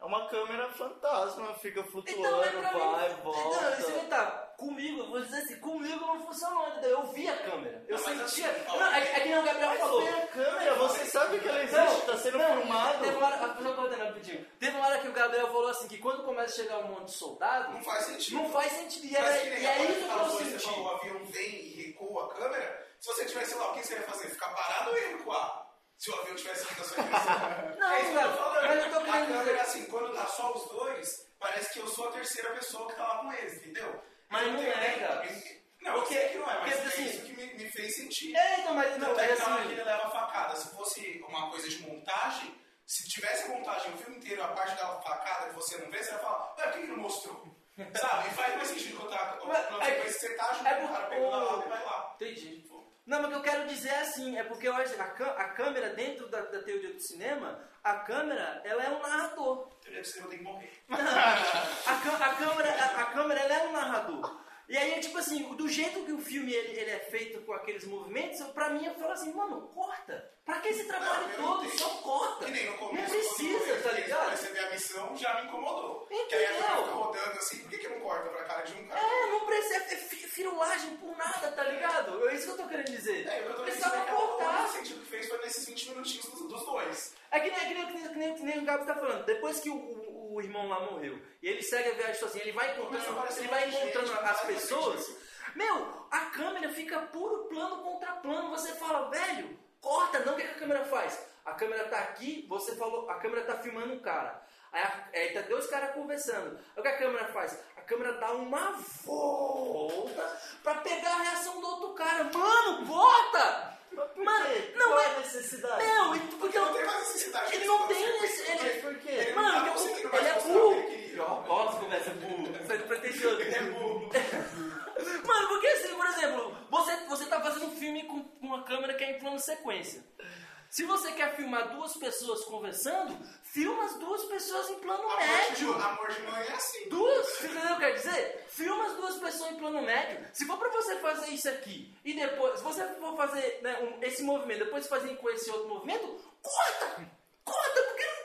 Speaker 2: É uma câmera fantasma, fica flutuando,
Speaker 1: mas Então, é pra
Speaker 2: vai,
Speaker 1: mim, Não, isso
Speaker 2: volta.
Speaker 1: aí tá. Comigo, eu vou dizer assim, comigo não funcionou, entendeu? Eu vi a câmera. Eu
Speaker 4: Não, mas
Speaker 1: sentia.
Speaker 4: assim, ó,
Speaker 1: não, é, que- é que nem o Gabriel
Speaker 2: Mas
Speaker 1: falou.
Speaker 2: tem a câmera, você sabe que ela existe,
Speaker 1: Não,
Speaker 2: tá sendo filmado.
Speaker 1: Teve uma hora, ah, só cortando rapidinho. Teve uma hora que o Gabriel falou assim, que quando começa a chegar um monte de soldado,
Speaker 4: Não faz sentido.
Speaker 1: Não faz sentido. E,
Speaker 4: Mas
Speaker 1: era,
Speaker 4: que nem
Speaker 1: e é
Speaker 4: agora
Speaker 1: isso que
Speaker 4: falou,
Speaker 1: eu
Speaker 4: Você falou, o
Speaker 1: senti.
Speaker 4: avião vem e recua a câmera. Se você tivesse lá, o que você ia fazer? Ficar parado ou ia recuar? Se o avião tivesse ido na sua direção.
Speaker 1: Não,
Speaker 4: é isso que eu tô falando.
Speaker 1: mas eu tô
Speaker 4: a
Speaker 1: querendo dizer-
Speaker 4: câmera, assim, quando tá só os dois, parece que eu sou a terceira pessoa que tá lá com eles, entendeu?
Speaker 1: Mas não
Speaker 4: tem-
Speaker 1: é, cara.
Speaker 4: Não, eu
Speaker 1: Porque-
Speaker 4: sei que não é, mas
Speaker 1: porque,
Speaker 4: é
Speaker 1: assim,
Speaker 4: isso que me, me fez sentir.
Speaker 1: É, então, mas
Speaker 4: Não,
Speaker 1: não,
Speaker 4: até
Speaker 1: é
Speaker 4: que na hora que
Speaker 1: assim.
Speaker 4: ele leva a facada. Se fosse uma coisa de montagem, se tivesse montagem o filme inteiro, a parte da facada que você não vê, você vai falar, mas por que que não mostrou? Sabe? E faz mais sentido contar.
Speaker 1: Mas-
Speaker 4: Não,
Speaker 1: é-
Speaker 4: depois você tá junto,
Speaker 1: é
Speaker 4: o cara
Speaker 1: porque
Speaker 4: pegou na
Speaker 1: o-
Speaker 4: lata e vai lá.
Speaker 1: Entendi. Não, mas o que eu quero dizer é assim, é porque eu acho que a, cã- a câmera, dentro da, da teoria do cinema, a câmera, ela é um narrador.
Speaker 4: Teoria do cinema tem que morrer.
Speaker 1: a, cã- a câmera, a, a câmera ela é um narrador. E aí, é tipo assim, do jeito que o filme ele, ele é feito com aqueles movimentos, eu- pra mim eu falo assim, mano, corta. Pra que esse trabalho
Speaker 4: Ah, eu
Speaker 1: todo?
Speaker 4: entendi.
Speaker 1: Só corta.
Speaker 4: Que nem no começo.
Speaker 1: não
Speaker 4: quando
Speaker 1: precisa,
Speaker 4: eu
Speaker 1: tá
Speaker 4: recebi-
Speaker 1: ligado?
Speaker 4: recebi a missão, já me incomodou. Que aí a
Speaker 1: Entendeu?
Speaker 4: gente fica rodando assim, por que, que não corta pra cara de um cara?
Speaker 1: É, não precisa. É fi- firulagem por nada, tá ligado? É isso que eu tô querendo dizer.
Speaker 4: É, eu tô
Speaker 1: Precisava
Speaker 4: pensando que ela- o
Speaker 1: cortar.
Speaker 4: sentido que fez foi nesses 20 minutinhos dos, dos dois.
Speaker 1: É que nem, que, nem, que, nem, que nem- que nem o Gabi tá falando. Depois que o, o- o irmão lá morreu e ele segue a viagem sozinho, ele vai
Speaker 4: Começa a
Speaker 1: encontrando,
Speaker 4: aparecer
Speaker 1: ele vai
Speaker 4: um monte de
Speaker 1: encontrando
Speaker 4: gente,
Speaker 1: as
Speaker 4: vai
Speaker 1: pessoas.
Speaker 4: repetindo.
Speaker 1: Meu, a câmera fica puro plano contra plano. Você fala, velho, corta, não. O que que a câmera faz? A câmera tá aqui, você falou, a câmera tá filmando um cara. Aí, a- aí tá dois caras conversando. Aí o que a câmera faz? A câmera dá uma volta pra pegar a reação do outro cara. Mano, volta! Mano, não
Speaker 5: Qual é
Speaker 1: é.
Speaker 5: a necessidade?
Speaker 1: Não, e porque
Speaker 4: Porque não tem
Speaker 1: eu.
Speaker 4: mais necessidade.
Speaker 1: Ele não
Speaker 4: disso,
Speaker 1: tem
Speaker 4: porque-
Speaker 1: esse- ele-
Speaker 4: porque-
Speaker 5: Por quê?
Speaker 4: Ele
Speaker 1: Mano,
Speaker 4: não tá
Speaker 1: ele é
Speaker 4: conseguindo
Speaker 1: burro.
Speaker 4: mais
Speaker 1: Ele é
Speaker 4: mostrar o que
Speaker 1: burro.
Speaker 4: ele queria.
Speaker 1: Nossa, conversa burro. Sai do pretensioso.
Speaker 4: Ele é burro.
Speaker 1: Mano, porque assim, por exemplo, você, você tá fazendo um filme com com uma câmera que é em plano sequência. Se você quer filmar duas pessoas conversando, filma as duas pessoas em plano
Speaker 4: Amor de,
Speaker 1: médio.
Speaker 4: amor de mãe é assim.
Speaker 1: Duas, você entendeu o que eu quero dizer? Filma as duas pessoas em plano médio. Se for pra você fazer isso aqui e depois, se você for fazer né, um- esse movimento, depois fazer com esse outro movimento, corta! Corta, porque não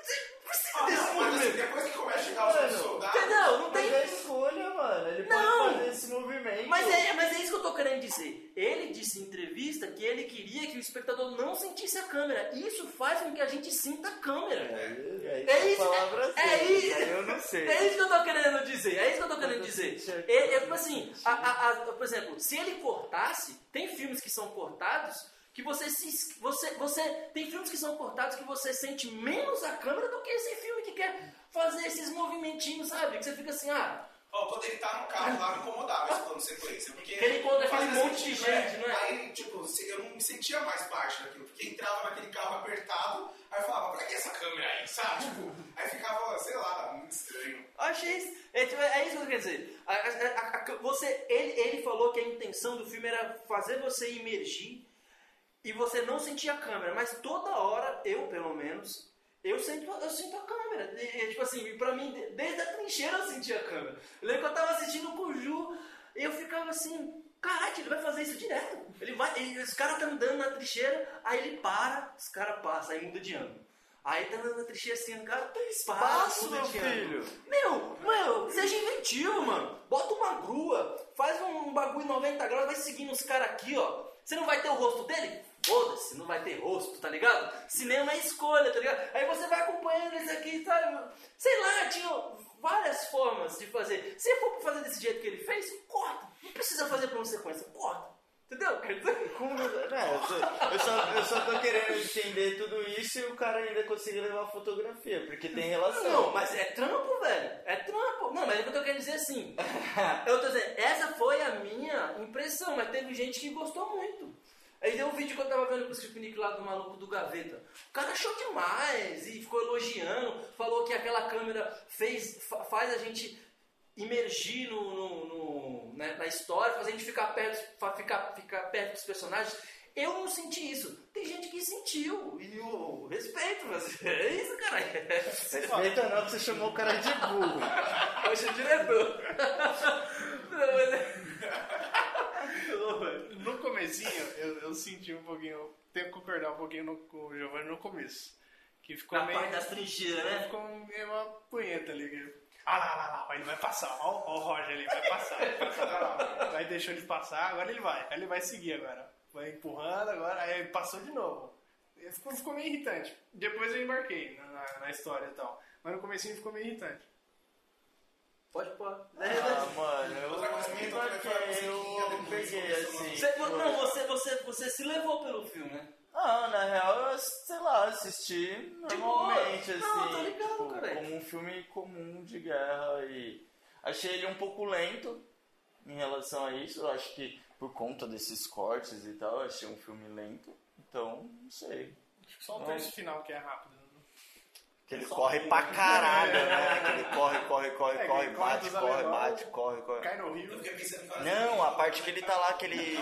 Speaker 1: você não precisa
Speaker 4: Ah,
Speaker 1: desse
Speaker 4: não, mas assim,
Speaker 1: movimento.
Speaker 4: depois que começa a chegar os outros
Speaker 5: Mano,
Speaker 4: soldados.
Speaker 1: Entendeu? Não
Speaker 5: Mas é
Speaker 1: tem.
Speaker 5: escolha, mano. Ele
Speaker 1: Não.
Speaker 5: pode fazer esse movimento.
Speaker 1: Mas é, mas é isso que eu tô querendo dizer. Ele disse em entrevista que ele queria que o espectador não sentisse a câmera. Isso faz com que a gente sinta a câmera.
Speaker 5: É,
Speaker 1: É isso,
Speaker 5: Palavras
Speaker 1: é- é
Speaker 5: dele,
Speaker 1: isso.
Speaker 5: aí Eu não sei.
Speaker 1: É isso que eu tô querendo dizer. É isso que eu tô
Speaker 5: Mas
Speaker 1: querendo
Speaker 5: eu
Speaker 1: dizer.
Speaker 5: senti a
Speaker 1: É, é
Speaker 5: câmera.
Speaker 1: tipo assim, a- a- a- por exemplo, se ele cortasse, tem filmes que são cortados que você se es- você você tem filmes que são cortados que você sente menos a câmera do que esse filme que quer fazer esses movimentinhos, sabe? Que você fica assim, ah,
Speaker 4: Ó, quando ele tá no carro lá, me incomodava esse plano sequência. é Porque
Speaker 1: Que ele encontra aquele
Speaker 4: fazia
Speaker 1: monte de
Speaker 4: sentido, né?
Speaker 1: gente, não é?
Speaker 4: Aí, tipo, se- eu não me sentia mais baixo daquilo. Porque entrava naquele carro apertado, aí eu falava, pra que essa câmera aí, sabe? Tipo, aí ficava, sei lá, muito estranho.
Speaker 1: Eu Achei isso. É, tipo, é isso que eu quero dizer. A- a- a- a- você, ele, ele falou que a intenção do filme era fazer você imergir e você não sentir a câmera, mas toda hora, eu pelo menos, eu sinto, eu sinto a câmera. E, e, tipo assim, pra mim, de- desde a trincheira eu senti a câmera. Eu lembro que eu tava assistindo o Cuju, eu ficava assim, caralho, ele vai fazer isso direto. Ele vai, e os caras tá andando na trincheira, aí ele para, os caras passam, aí muda de ângulo. Aí tá andando na trincheira assim, o cara tem
Speaker 5: Passo,
Speaker 1: espaço,
Speaker 5: meu filho.
Speaker 1: meu, meu, seja inventivo, mano. Bota uma grua, faz um bagulho 90 graus, vai seguindo os caras aqui, ó. Você não vai ter o rosto dele? Foda-se, não vai ter rosto, tá ligado? Cinema é escolha, tá ligado? Aí você vai acompanhando eles aqui, sabe? Sei lá, tinha várias formas de fazer. Se for pra fazer desse jeito que ele fez, corta. Não precisa fazer por uma sequência, corta. Entendeu? Quer dizer,
Speaker 5: Como- Não, eu, só, eu, só, eu só tô querendo entender tudo isso e o cara ainda conseguir levar a fotografia, porque tem relação.
Speaker 1: Não, mas é trampo, velho. É trampo. Não, mas o que eu quero dizer é assim. Eu tô dizendo, essa foi a minha impressão, mas teve gente que gostou muito. Aí deu um vídeo que eu tava vendo com o Chipnick lá do maluco do Gaveta. O cara achou demais e ficou elogiando, falou que aquela câmera fez, fa- faz a gente imergir no, no- no- né, na história, faz a gente ficar perto, fa- ficar, ficar perto dos personagens. Eu não senti isso. Tem gente que sentiu. E eu respeito, mas é isso, cara.
Speaker 5: Respeita é não, que você chamou o cara de burro.
Speaker 1: Hoje é diretor. Não, mas é- Não, velho.
Speaker 3: No comecinho, eu, eu senti um pouquinho, eu tenho que concordar um pouquinho no, com o Giovanni no começo. Que ficou
Speaker 1: Na
Speaker 3: meio.
Speaker 1: parte das trincheiras, né?
Speaker 3: Ficou meio uma punheta ali. que- Ah lá, lá, lá, ele vai passar. Ó, ó o Roger ali, vai passar, vai passar. Ah, lá. Aí deixou de passar, agora ele vai. Aí ele vai seguir agora. Vai empurrando agora, aí ele passou de novo. E Ficou, ficou meio irritante. Depois eu embarquei na, na- na história e tal. Mas no comecinho ficou meio irritante.
Speaker 1: Pode pôr.
Speaker 5: Ah, mano, eu
Speaker 4: Outra coisa que
Speaker 5: eu
Speaker 4: entrou também foi a
Speaker 5: marquei,
Speaker 4: musiquinha
Speaker 5: eu
Speaker 4: depois,
Speaker 5: peguei
Speaker 4: começou
Speaker 5: assim.
Speaker 1: Você-
Speaker 5: foi-
Speaker 1: não, você, você, você se levou pelo filme, né?
Speaker 5: Ah, na real, eu, sei lá, assisti normalmente,
Speaker 1: boa.
Speaker 3: Ah,
Speaker 5: assim.
Speaker 3: tá
Speaker 1: Não, tô ligado,
Speaker 5: tipo,
Speaker 1: cara.
Speaker 5: Como um filme comum de guerra e... Achei ele um pouco lento em relação a isso. Eu acho que por conta desses cortes e tal, eu achei um filme lento. Então, não sei.
Speaker 3: Só o terço final que é rápido.
Speaker 2: Que ele corre
Speaker 5: um
Speaker 2: pra caralho, né? Que ele corre, corre, corre,
Speaker 3: É, que
Speaker 2: corre,
Speaker 3: ele corre
Speaker 2: bate,
Speaker 3: dos
Speaker 2: corre,
Speaker 3: alemão.
Speaker 2: bate, corre, corre.
Speaker 3: Cai no
Speaker 4: Eu
Speaker 3: rio.
Speaker 4: fiquei pensando em fazer.
Speaker 2: Não, a parte que ele tá lá, que ele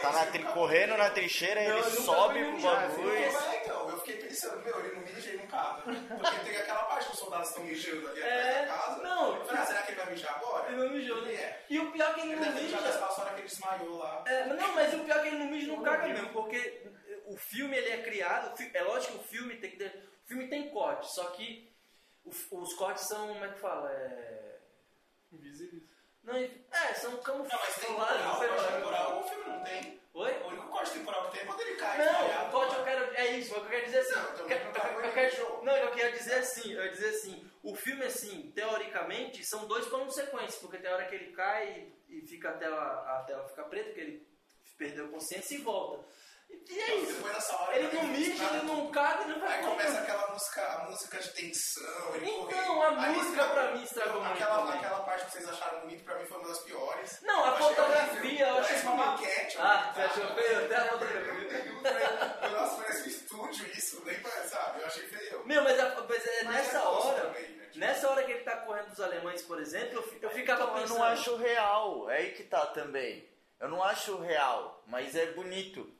Speaker 2: tá na tri- correndo na trincheira,
Speaker 3: Não,
Speaker 2: ele
Speaker 3: eu nunca
Speaker 2: sobe
Speaker 3: vi
Speaker 2: pro
Speaker 3: um jazz,
Speaker 2: bagulho.
Speaker 3: né?
Speaker 4: Mas é, então, eu fiquei pensando, meu, ele não mija, ele não caga. né? Porque tem aquela parte que os soldados estão mijando ali
Speaker 1: É,
Speaker 4: atrás da casa.
Speaker 1: não.
Speaker 4: Eu falei, ah, será que ele vai mijar agora?
Speaker 1: Ele não mijou, né?
Speaker 4: É.
Speaker 1: E o pior é que ele
Speaker 4: Ele
Speaker 1: não
Speaker 4: deve mijar
Speaker 1: mija.
Speaker 4: nessa hora que ele desmaiou lá.
Speaker 1: É, mas não, mas o pior é que ele não mija não caga mesmo, porque o filme ele é criado, o fi- é lógico que o filme tem que ter, o filme tem corte, só que o- os cortes são, como é que fala? É,
Speaker 3: Invisível.
Speaker 1: não, é são
Speaker 4: Não, mas tem
Speaker 1: camuflagens,
Speaker 4: temporal,
Speaker 1: sei
Speaker 4: corte
Speaker 1: lá.
Speaker 4: temporal, o filme não tem.
Speaker 1: Oi?
Speaker 4: O único corte temporal que tem é quando ele cai. Então,
Speaker 1: Não,
Speaker 4: desmaiado.
Speaker 1: o corte eu quero. É isso, mas o que eu quero dizer assim.
Speaker 4: Não,
Speaker 1: eu
Speaker 4: então
Speaker 1: quero-
Speaker 4: não tá
Speaker 1: eu
Speaker 4: bom,
Speaker 1: quero-
Speaker 4: show.
Speaker 1: Não, eu quero dizer assim, eu quero dizer assim, o filme assim, teoricamente, são dois planos sequência, porque tem hora que ele cai e, e fica a tela, a tela fica preta, porque ele perdeu a consciência e volta. E é isso.
Speaker 4: Depois dessa hora.
Speaker 1: Ele
Speaker 4: tá
Speaker 1: não
Speaker 4: meio
Speaker 1: mija, ele
Speaker 4: frustrado.
Speaker 1: não caga, ele não
Speaker 4: Aí
Speaker 1: faz
Speaker 4: começa aquela música, a música de tensão. Ele
Speaker 1: Então,
Speaker 4: correndo.
Speaker 1: a
Speaker 4: Aí
Speaker 1: música
Speaker 4: estragou.
Speaker 1: pra mim estragou
Speaker 4: Então,
Speaker 1: muito
Speaker 4: Aquela,
Speaker 1: também.
Speaker 4: aquela parte que vocês acharam bonita pra mim foi uma das piores.
Speaker 1: Não, a
Speaker 4: Eu achei
Speaker 1: fotografia, eu
Speaker 4: horrível.
Speaker 1: achei
Speaker 4: Parece uma
Speaker 1: bonito.
Speaker 4: maquete.
Speaker 1: Ah, você achou feio? Até a fotografia.
Speaker 4: Nossa, parece um estúdio isso, nem parece, sabe? Eu achei feio.
Speaker 1: Meu, mas, a- mas é
Speaker 4: Mas
Speaker 1: nessa
Speaker 4: é gosto
Speaker 1: hora,
Speaker 4: também, né? Tipo-
Speaker 1: nessa hora que ele tá correndo dos alemães, por exemplo, eu, fi- eu ficava
Speaker 5: Então, eu
Speaker 1: pensando.
Speaker 5: não acho real, é aí que tá também. Eu não acho real, mas é bonito,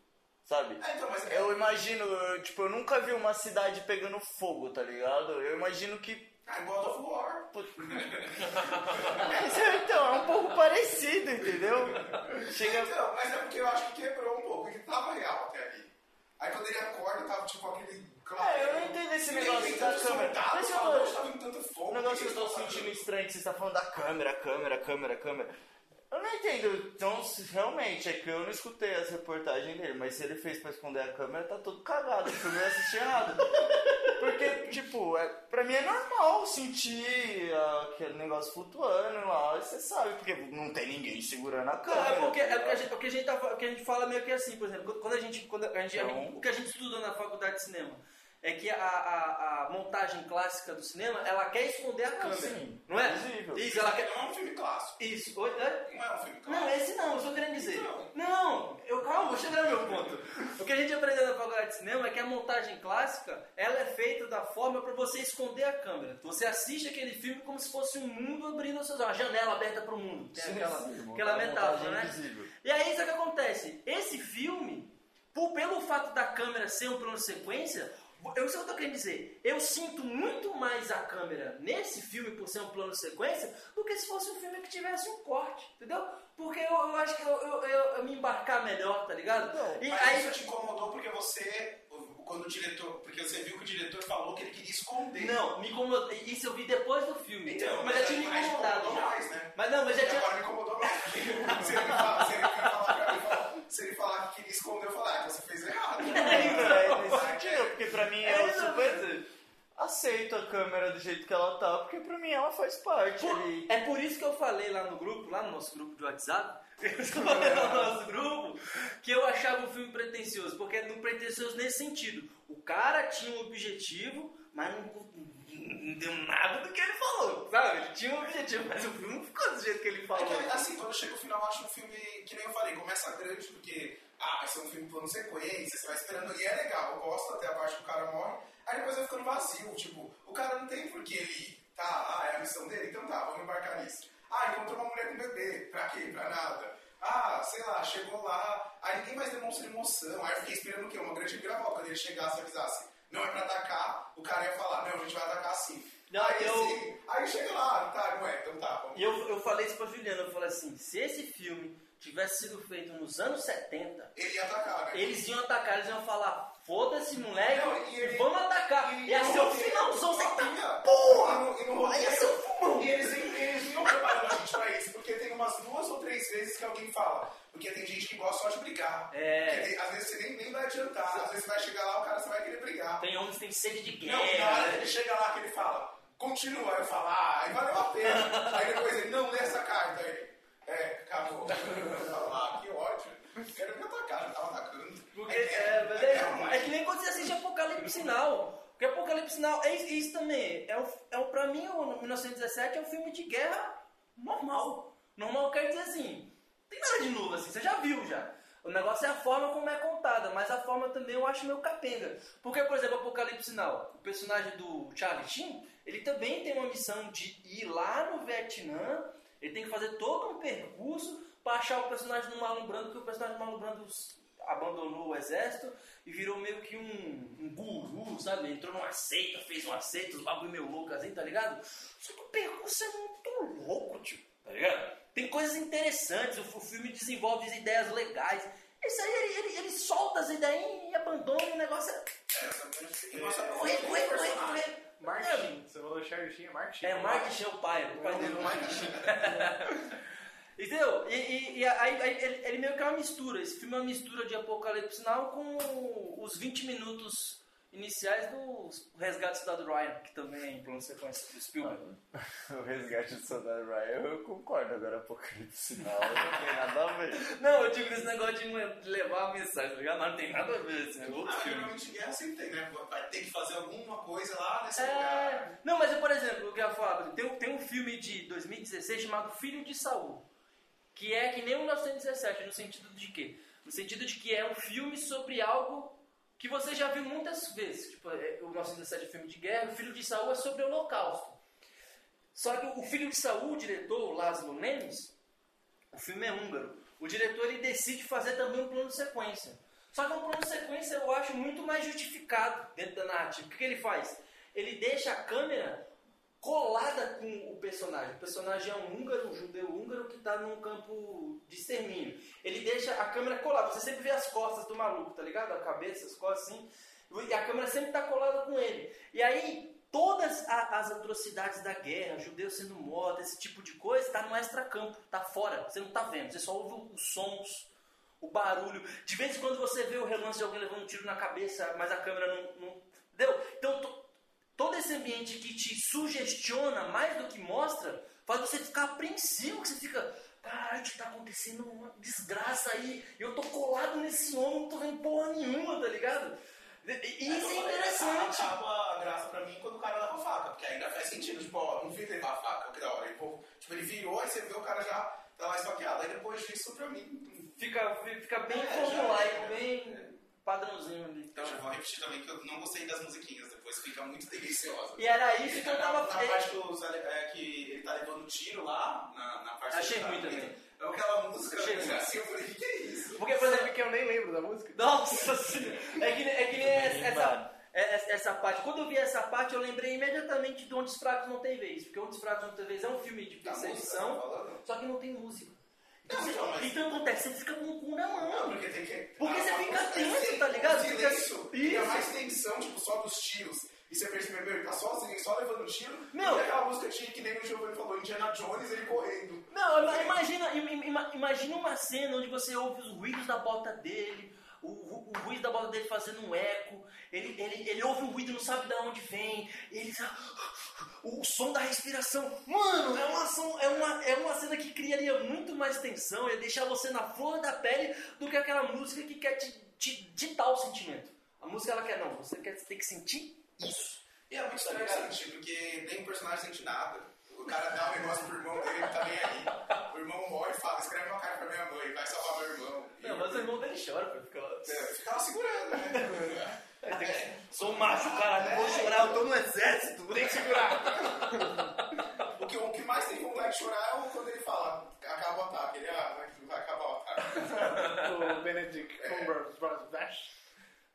Speaker 5: sabe?
Speaker 4: Ah, então, mas
Speaker 1: É
Speaker 5: Eu imagino, eu, tipo, eu nunca vi uma cidade pegando fogo, tá ligado? Eu imagino que.
Speaker 4: Ah, God of War.
Speaker 5: pô- Mas, então, é um pouco parecido, entendeu? Chega.
Speaker 4: Então, mas é porque eu acho que quebrou um pouco, que tava real até ali. Aí quando ele acorda, tava tipo aquele.
Speaker 5: É, eu não entendo esse
Speaker 4: Nem
Speaker 5: negócio
Speaker 4: tem
Speaker 5: da
Speaker 4: tanto
Speaker 5: câmera.
Speaker 4: soldado,
Speaker 5: Mas eu
Speaker 4: fala,
Speaker 5: tô-
Speaker 4: "Não, tava em tanto fogo.
Speaker 5: O negócio que eu tô
Speaker 4: eles
Speaker 5: sentindo
Speaker 4: tão
Speaker 5: estranho, que você tá falando da câmera, câmera, câmera, câmera. Eu não entendo. Então, se- realmente, é que eu não escutei as reportagens dele, mas se ele fez pra esconder a câmera, tá todo cagado. O filme eu assisti errado. Porque, tipo, é, pra mim é normal sentir ah, aquele negócio flutuando lá, e você sabe, porque não tem ninguém segurando a
Speaker 1: Não,
Speaker 5: câmera.
Speaker 1: é porque, é
Speaker 5: tá
Speaker 1: porque a
Speaker 5: ligado?
Speaker 1: gente, o, que a gente tá fa- o que a gente fala meio que assim, por exemplo, quando- quando a gente, quando a gente é
Speaker 5: Então-
Speaker 1: o que a gente estuda na faculdade de cinema é que a, a- a montagem clássica do cinema ela quer esconder a câmera,
Speaker 5: sim,
Speaker 1: não é?
Speaker 5: visível.
Speaker 1: Isso, ela quer.
Speaker 4: Não é um filme clássico.
Speaker 1: Isso, oi, né?
Speaker 4: Não é um
Speaker 1: Não,
Speaker 4: filme
Speaker 5: Então.
Speaker 4: clássico.
Speaker 1: esse não, eu tô querendo dizer.
Speaker 4: Não.
Speaker 1: Não, eu calma, vou chegar no meu ponto. O que a gente aprendeu na faculdade de cinema é que a montagem clássica, ela é feita da forma para você esconder a câmera. Você assiste aquele filme como se fosse um mundo abrindo os seus olhos, uma janela aberta pro mundo. Tem
Speaker 5: Sim,
Speaker 1: aquela,
Speaker 5: sim,
Speaker 1: aquela
Speaker 5: a
Speaker 1: metáfora,
Speaker 5: montagem
Speaker 1: né?
Speaker 5: invisível.
Speaker 1: E aí isso é o que acontece. Esse filme, por- pelo fato da câmera ser um plano sequência, eu sei o que eu tô querendo dizer. Eu sinto muito mais a câmera nesse filme por ser um plano sequência do que se fosse um filme que tivesse um corte, entendeu? Porque eu, eu acho que eu, eu, eu- eu me embarcar melhor, tá ligado?
Speaker 5: Não,
Speaker 1: e
Speaker 4: Mas
Speaker 1: aí.
Speaker 4: isso é te incomodou porque você. Quando o diretor. Porque você viu que o diretor falou que ele queria esconder.
Speaker 1: Não, me incomodou. Isso eu vi depois do filme.
Speaker 4: Então,
Speaker 1: mas já tinha me
Speaker 4: aí te
Speaker 1: incomodado.
Speaker 4: incomodou
Speaker 1: já.
Speaker 4: mais, né?
Speaker 1: Mas não, mas já
Speaker 4: E
Speaker 1: tinha.
Speaker 4: agora me incomodou mais. porque se ele falar, se ele falar pra mim, falar- se ele falar que queria esconder, eu falar, ah, você fez errado.
Speaker 5: É, nesse sentido, porque pra mim
Speaker 1: É
Speaker 5: ela
Speaker 1: isso
Speaker 5: super aceito a câmera do jeito que ela tá, porque pra mim ela faz parte
Speaker 1: Por-
Speaker 5: ali.
Speaker 1: É por isso que eu falei lá no grupo, lá no nosso grupo de WhatsApp, eu falei lá no nosso grupo, que eu achava o filme pretencioso, porque é não pretencioso nesse sentido. O cara tinha um objetivo, mas não, não deu nada do que ele falou, sabe? Ele tinha um objetivo, mas o filme não ficou do jeito que ele
Speaker 4: É
Speaker 1: falou.
Speaker 4: que, assim, quando chega o final, eu acho um filme que nem eu falei, começa grande porque ah, vai ser um filme plano sequência, você vai esperando, e é legal, eu gosto até a parte que o cara morre, aí depois vai ficando vazio, tipo, o cara não tem por que ele, tá, ah, é a missão dele, então tá, vamos embarcar nisso. Ah, encontrou uma mulher com bebê, pra quê? Pra nada. Ah, sei lá, chegou lá, aí ninguém mais demonstra emoção, aí eu fiquei esperando o quê? Uma grande graval, quando ele chegasse e avisasse, não é pra atacar, o cara ia falar, não, a gente vai atacar sim.
Speaker 1: Não,
Speaker 4: aí,
Speaker 1: eu-
Speaker 4: sim, aí chega lá, tá, não é, então tá, vamos.
Speaker 1: E eu, eu falei isso pra Juliana, eu falei assim, se esse filme tivesse sido feito nos anos 70,
Speaker 4: Ele ia atacar, né?
Speaker 1: eles iam atacar, eles iam falar, foda-se moleque,
Speaker 4: Não, e
Speaker 1: e,
Speaker 4: ele-
Speaker 1: vamos atacar. E, ia ser o finalzão, você tá...
Speaker 4: Porra! E no
Speaker 1: Aí ia ser o fumão.
Speaker 4: E eles, eles não preparam a gente pra isso, porque tem umas duas ou três vezes que alguém fala. Porque tem gente que gosta só de brigar.
Speaker 1: É.
Speaker 4: Porque tem- às vezes você nem, nem vai adiantar, às vezes você vai chegar lá, o cara só vai querer brigar.
Speaker 1: Tem homens que têm sede de
Speaker 4: Não, na
Speaker 1: guerra.
Speaker 4: hora que ele chega lá que ele fala, continua, eu falo, ah, aí valeu a pena. aí depois ele, não, lê essa carta aí. É, acabou. Eu falo, ah, que ódio. Quero me atacar, já tava atacando.
Speaker 1: Porque, é, mas é, é que nem quando você assiste Apocalipse Sinal. Porque Apocalipse Sinal é isso, isso também. É, um, é um, pra mim, o 1917 é um filme de guerra normal. Normal quer dizer assim, tem nada de novo assim, você já viu já. O negócio é a forma como é contada, mas a forma também eu acho meio capenga. Porque, por exemplo, Apocalipse Sinal, o personagem do Charlie Sheen, ele também tem uma missão de ir lá no Vietnã, ele tem que fazer todo um percurso pra achar o personagem do Marlon Brando, porque o personagem do Marlon Brando abandonou o exército e virou meio que um, um guru, sabe? Entrou numa seita, fez uma seita, os bagulho meio louco assim, tá ligado? Só que o percurso é muito louco, tipo, tá ligado? Tem coisas interessantes, o, o filme desenvolve as ideias legais. Isso aí, ele, ele, ele solta as ideias e abandona e o negócio. é Correr, correr, correr, correr.
Speaker 3: Martin. Você falou Charlie é Martin.
Speaker 1: É, Mark Chan, o pai. O pai dele é o Mark Entendeu? E, e- e aí, aí ele, ele meio que é uma mistura. Esse filme é uma mistura de Apocalipse Now com os 20 minutos iniciais do Resgate do Soldado Ryan, que também é em plano sequência do Spielberg.
Speaker 5: O resgate do Soldado Ryan, eu concordo agora, um Apocalipse Now, não tem nada a ver.
Speaker 1: Não, eu digo nesse negócio de le- levar a mensagem, tá ligado? Não, não tem nada a ver, assim, é outro
Speaker 4: Ah,
Speaker 1: filme.
Speaker 4: geralmente guerra sempre tem, né? Vai ter que fazer alguma coisa lá nesse lugar.
Speaker 1: É... Não, mas eu, por exemplo, eu quero falar, por exemplo, tem, um- tem um filme de 2016 chamado Filho de Saul, que é que nem 1917, no sentido de quê? No sentido de que é um filme sobre algo que você já viu muitas vezes. Tipo, é, o 1917 é filme de guerra, o Filho de Saul é sobre o Holocausto. Só que o Filho de Saul, o diretor, o Laszlo Nemes, o filme é húngaro. O diretor ele decide fazer também um plano de sequência. Só que um plano de sequência eu acho muito mais justificado dentro da narrativa. O que, que ele faz? Ele deixa a câmera colada com o personagem. O personagem é um húngaro, um judeu húngaro que está num campo de extermínio. Ele deixa a câmera colada. Você sempre vê as costas do maluco, tá ligado? A cabeça, as costas assim. E a câmera sempre está colada com ele. E aí, todas a- as atrocidades da guerra, judeus sendo mortos, esse tipo de coisa, está no extracampo, está fora. Você não está vendo, você só ouve os sons, o barulho. De vez em quando você vê o relance de alguém levando um tiro na cabeça, mas a câmera não. não- entendeu? Então, to- todo esse ambiente que te sugestiona mais do que mostra, faz você ficar apreensivo, que você fica. Caralho, que tá acontecendo uma desgraça aí. Eu tô colado nesse homem, não tô vendo porra nenhuma, tá ligado? E- e
Speaker 4: Aí eu
Speaker 1: Isso é
Speaker 4: falei,
Speaker 1: interessante.
Speaker 4: Acaba a graça pra mim quando o cara leva a faca, porque ainda faz sentido. Tipo, ó, não vi ele levar a faca, que da hora. Ele, pô, tipo, ele virou, aí você vê o cara já tá lá esfaqueado. Aí depois disso, pra mim.
Speaker 1: Fica, fica bem
Speaker 4: É, já-
Speaker 1: formulaico,
Speaker 4: é.
Speaker 1: bem padrãozinho ali.
Speaker 4: Então, já vou repetir também que eu não gostei das musiquinhas, depois fica muito deliciosa.
Speaker 1: E era isso
Speaker 4: Ele
Speaker 1: que
Speaker 4: tá
Speaker 1: eu
Speaker 4: na,
Speaker 1: tava
Speaker 4: na parte dos, ale- é, que ele tá levando tiro lá, na, na parte
Speaker 1: Achei
Speaker 4: que ele
Speaker 1: ruim
Speaker 4: tá
Speaker 1: também.
Speaker 4: É aquela música,
Speaker 1: Achei ruim.
Speaker 4: assim, eu falei, o que é isso?
Speaker 1: Porque, por exemplo,
Speaker 3: Sabe que eu nem lembro da música?
Speaker 1: Nossa senhora! É que, nem- é que nem essa,
Speaker 5: lembrado.
Speaker 1: essa, é- essa parte. Quando eu vi essa parte, eu lembrei imediatamente de Onde os Fracos Não Tem Vez. Porque Onde os Fracos Não Tem Vez é um filme de
Speaker 4: Da música,
Speaker 1: perseguição,
Speaker 4: tá falando?
Speaker 1: só que não tem música. Então,
Speaker 4: Não,
Speaker 1: você-
Speaker 4: então, mas-
Speaker 1: então acontece, você fica com o cu na
Speaker 4: Não,
Speaker 1: mão.
Speaker 4: porque tem que.
Speaker 1: Porque
Speaker 4: a-
Speaker 1: você
Speaker 4: a
Speaker 1: fica
Speaker 4: música
Speaker 1: tenso,
Speaker 4: tem
Speaker 1: tá ligado? Fica-
Speaker 4: Silêncio.
Speaker 1: Isso.
Speaker 4: Fica mais tensão, tipo, só dos tiros. E você percebe, meu, ele tá sozinho, só levando tiro.
Speaker 1: Não.
Speaker 4: E aquela música tinha que nem o Giovanni falou, Indiana Jones, ele correndo.
Speaker 1: Não, ima- imagina, im- im- imagina uma cena onde você ouve os ruídos da bota dele, o, ru- o ruído da bota dele fazendo um eco, ele, ele, ele ouve um ruído e não sabe de onde vem, ele sabe, o som da respiração. Mano, é uma, ação- é, uma, é uma cena que criaria muito mais tensão, ia deixar você na flor da pele do que aquela música que quer te, te ditar o sentimento. A música ela quer, não, você quer, você tem que sentir isso.
Speaker 4: E é muito interessante, porque nem o personagem sente nada. O cara dá um negócio pro irmão dele, ele tá nem aí. O irmão morre e fala, escreve uma carta pra minha mãe, vai salvar meu irmão. E
Speaker 1: mas o irmão dele chora, pra ficar lá.
Speaker 4: eu ficava segurando, né?
Speaker 1: Sou um macho, cara, não vou chorar, eu tô no exército.
Speaker 3: Tem que segurar.
Speaker 4: O que, o que mais tem vontade de chorar é o- quando ele fala, acaba o ataque. Ele, ah, vai, vai acabar o ataque.
Speaker 3: o Benedict Cumberbatch.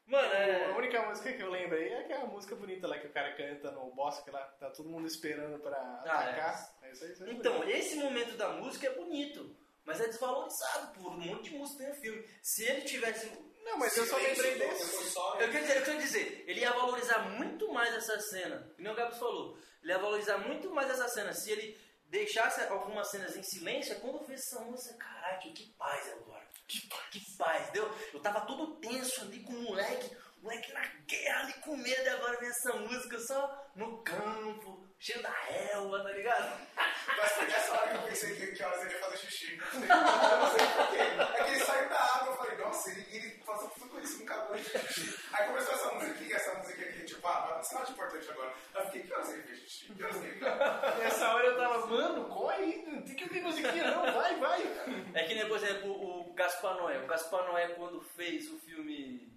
Speaker 1: Mano, é.
Speaker 3: A única música que eu lembro aí é aquela música bonita lá que o cara canta no bosque lá, tá todo mundo esperando pra atacar. É. isso aí, isso aí é
Speaker 1: Ah, Então,
Speaker 3: bonito.
Speaker 1: esse momento da música é bonito, mas é desvalorizado por um monte de música no filme. Se ele tivesse.
Speaker 3: Não, mas eu só
Speaker 1: é
Speaker 4: Silêncio,
Speaker 3: lembrei
Speaker 4: depois
Speaker 3: desse.
Speaker 4: só-
Speaker 1: Eu quero dizer, eu quero dizer, ele ia valorizar muito mais essa cena. Que nem o Gabs falou. Ele ia valorizar muito mais essa cena se ele deixasse algumas cenas em silêncio. é Quando eu fiz essa música, caralho, que paz agora. Que paz. Que paz, deu? Eu tava todo tenso ali com o moleque. Moleque na guerra ali com medo. E agora vem essa música só no campo, cheio da relva, tá ligado?
Speaker 4: Mas foi nessa hora que eu pensei que, que horas ele ia fazer xixi. Eu não sei porquê. É que ele saiu da água, eu falei, nossa, ele, ele passou por tudo isso, nunca acabou de fazer xixi. Aí começou essa musiquinha, essa musiquinha que tipo, ah, vai ser mais importante agora. Aí eu fiquei, que horas ele fez xixi? Que horas ele
Speaker 3: Nessa hora eu tava, mano, corre, não tem que ouvir musiquinha não, vai, vai.
Speaker 1: É que nem, por exemplo, o Gaspar Noé. O Gaspar Noé, quando fez o filme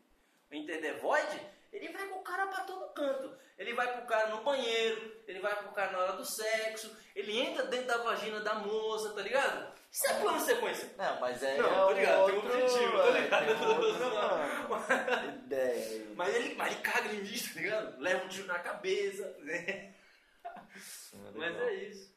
Speaker 1: Enter the Void, ele vai com o cara pra todo canto. Ele vai com o cara no banheiro, ele vai com o cara na hora do sexo, ele entra dentro da vagina da moça, tá ligado? Isso é plano sequência.
Speaker 5: Não, mas é.
Speaker 1: Não,
Speaker 5: é
Speaker 1: tô
Speaker 5: um
Speaker 1: ligado, tem um
Speaker 5: outro,
Speaker 1: objetivo, tô
Speaker 5: é,
Speaker 1: ligado,
Speaker 5: tem
Speaker 1: eu tô-
Speaker 5: outra
Speaker 1: tô
Speaker 5: ideia aí.
Speaker 1: Mas ele, mas ele caga em mim, tá ligado? Leva um tiro na cabeça, né? Mas é isso.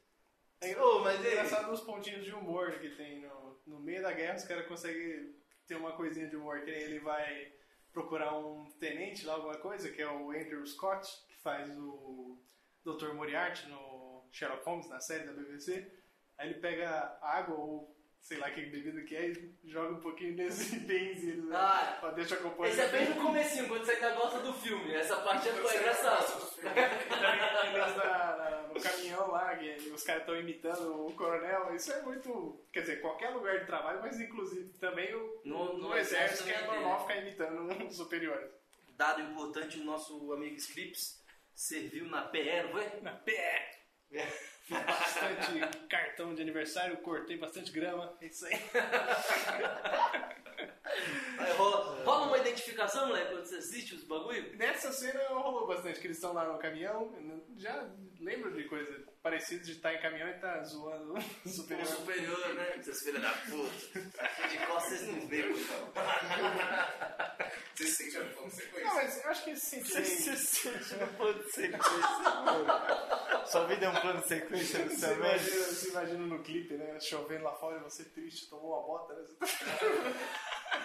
Speaker 1: Ô, mas é isso.
Speaker 3: Engraçado os pontinhos de humor que tem no, no meio da guerra, os caras conseguem ter uma coisinha de humor, que nem ele vai procurar um tenente lá, alguma coisa, que é o Andrew Scott, que faz o Dr. Moriarty no Sherlock Holmes, na série da BBC. Aí ele pega água ou sei lá que bebida que é, e joga um pouquinho nesse benzino, né?
Speaker 1: Ah.
Speaker 3: pra deixar acompanhar.
Speaker 1: Esse é bem no comecinho, quando você ainda gosta do filme. Essa parte é é engraçada.
Speaker 3: no caminhão lá, que os caras estão imitando o coronel, isso é muito. Quer dizer, qualquer lugar de trabalho, mas inclusive também o,
Speaker 1: No- no
Speaker 3: exército,
Speaker 1: exército
Speaker 3: que é
Speaker 1: também
Speaker 3: normal
Speaker 1: tem. né?
Speaker 3: ficar imitando os superiores.
Speaker 1: Dado importante, o nosso amigo Scripps serviu na PE, não foi?
Speaker 3: Na pé! Bastante cartão de aniversário, cortei bastante grama, é isso aí.
Speaker 1: Aí rola, rola uma identificação, moleque, quando você assiste os bagulho.
Speaker 3: Nessa cena rolou bastante, que eles estão lá no caminhão. eu Já lembro de coisa parecida de estar em caminhão e estar zoando o
Speaker 1: O
Speaker 3: superior.
Speaker 1: superior, né?
Speaker 2: Vocês filhos da puta.
Speaker 1: De costas vocês não veem.
Speaker 4: Você sente a consequência.
Speaker 3: Não, mas eu acho que esse sentimento.
Speaker 5: um plano de sequência. Sua vida é um plano de sequência no
Speaker 3: Você
Speaker 5: seu
Speaker 3: imagina, você imagina no clipe, né? Chovendo lá fora e você triste, tomou uma bota, né?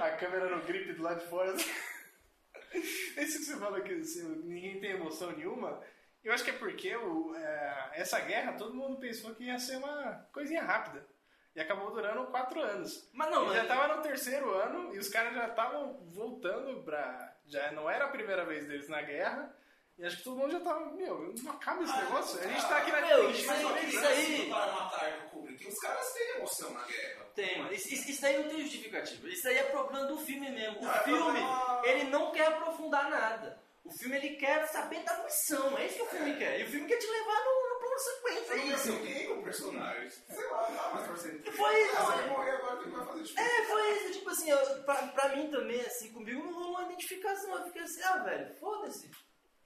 Speaker 3: A câmera no gripe do lado de fora. Esse que você fala que assim, ninguém tem emoção nenhuma. Eu acho que é porque o, é, essa guerra todo mundo pensou que ia ser uma coisinha rápida. E acabou durando quatro anos.
Speaker 1: Mas não,
Speaker 3: E já
Speaker 1: mas-
Speaker 3: tava no terceiro ano e os caras já estavam voltando pra. Já não era a primeira vez deles na guerra. E acho que todo mundo já tava. Meu, não acaba esse
Speaker 4: Ah,
Speaker 3: negócio. A gente
Speaker 4: cara,
Speaker 3: tá aqui na
Speaker 1: meu,
Speaker 3: frente,
Speaker 1: isso
Speaker 3: mas
Speaker 1: aí-
Speaker 3: não é
Speaker 1: isso
Speaker 3: nada.
Speaker 1: aí-
Speaker 4: Para matar o Kubrick, os caras têm emoção na guerra.
Speaker 1: Tem, mano. Isso, isso, isso daí não tem justificativa. Isso daí é problema do filme mesmo. O
Speaker 4: Não, é
Speaker 1: filme,
Speaker 4: problema-
Speaker 1: ele não quer aprofundar nada. O filme, ele quer saber da missão. É isso que o filme quer. E o filme quer te levar no, no plano sequência.
Speaker 4: Eu
Speaker 1: É
Speaker 4: não me
Speaker 1: isso.
Speaker 4: assentei com o um personagem. Sei lá, não dá mais pra você.
Speaker 1: Foi isso.
Speaker 4: Ah, ele morreu agora, o que vai fazer diferente?
Speaker 1: É, foi isso, tipo assim, eu, pra, pra mim também, assim, comigo não rolou uma identificação, eu fiquei assim, ah, velho, foda-se.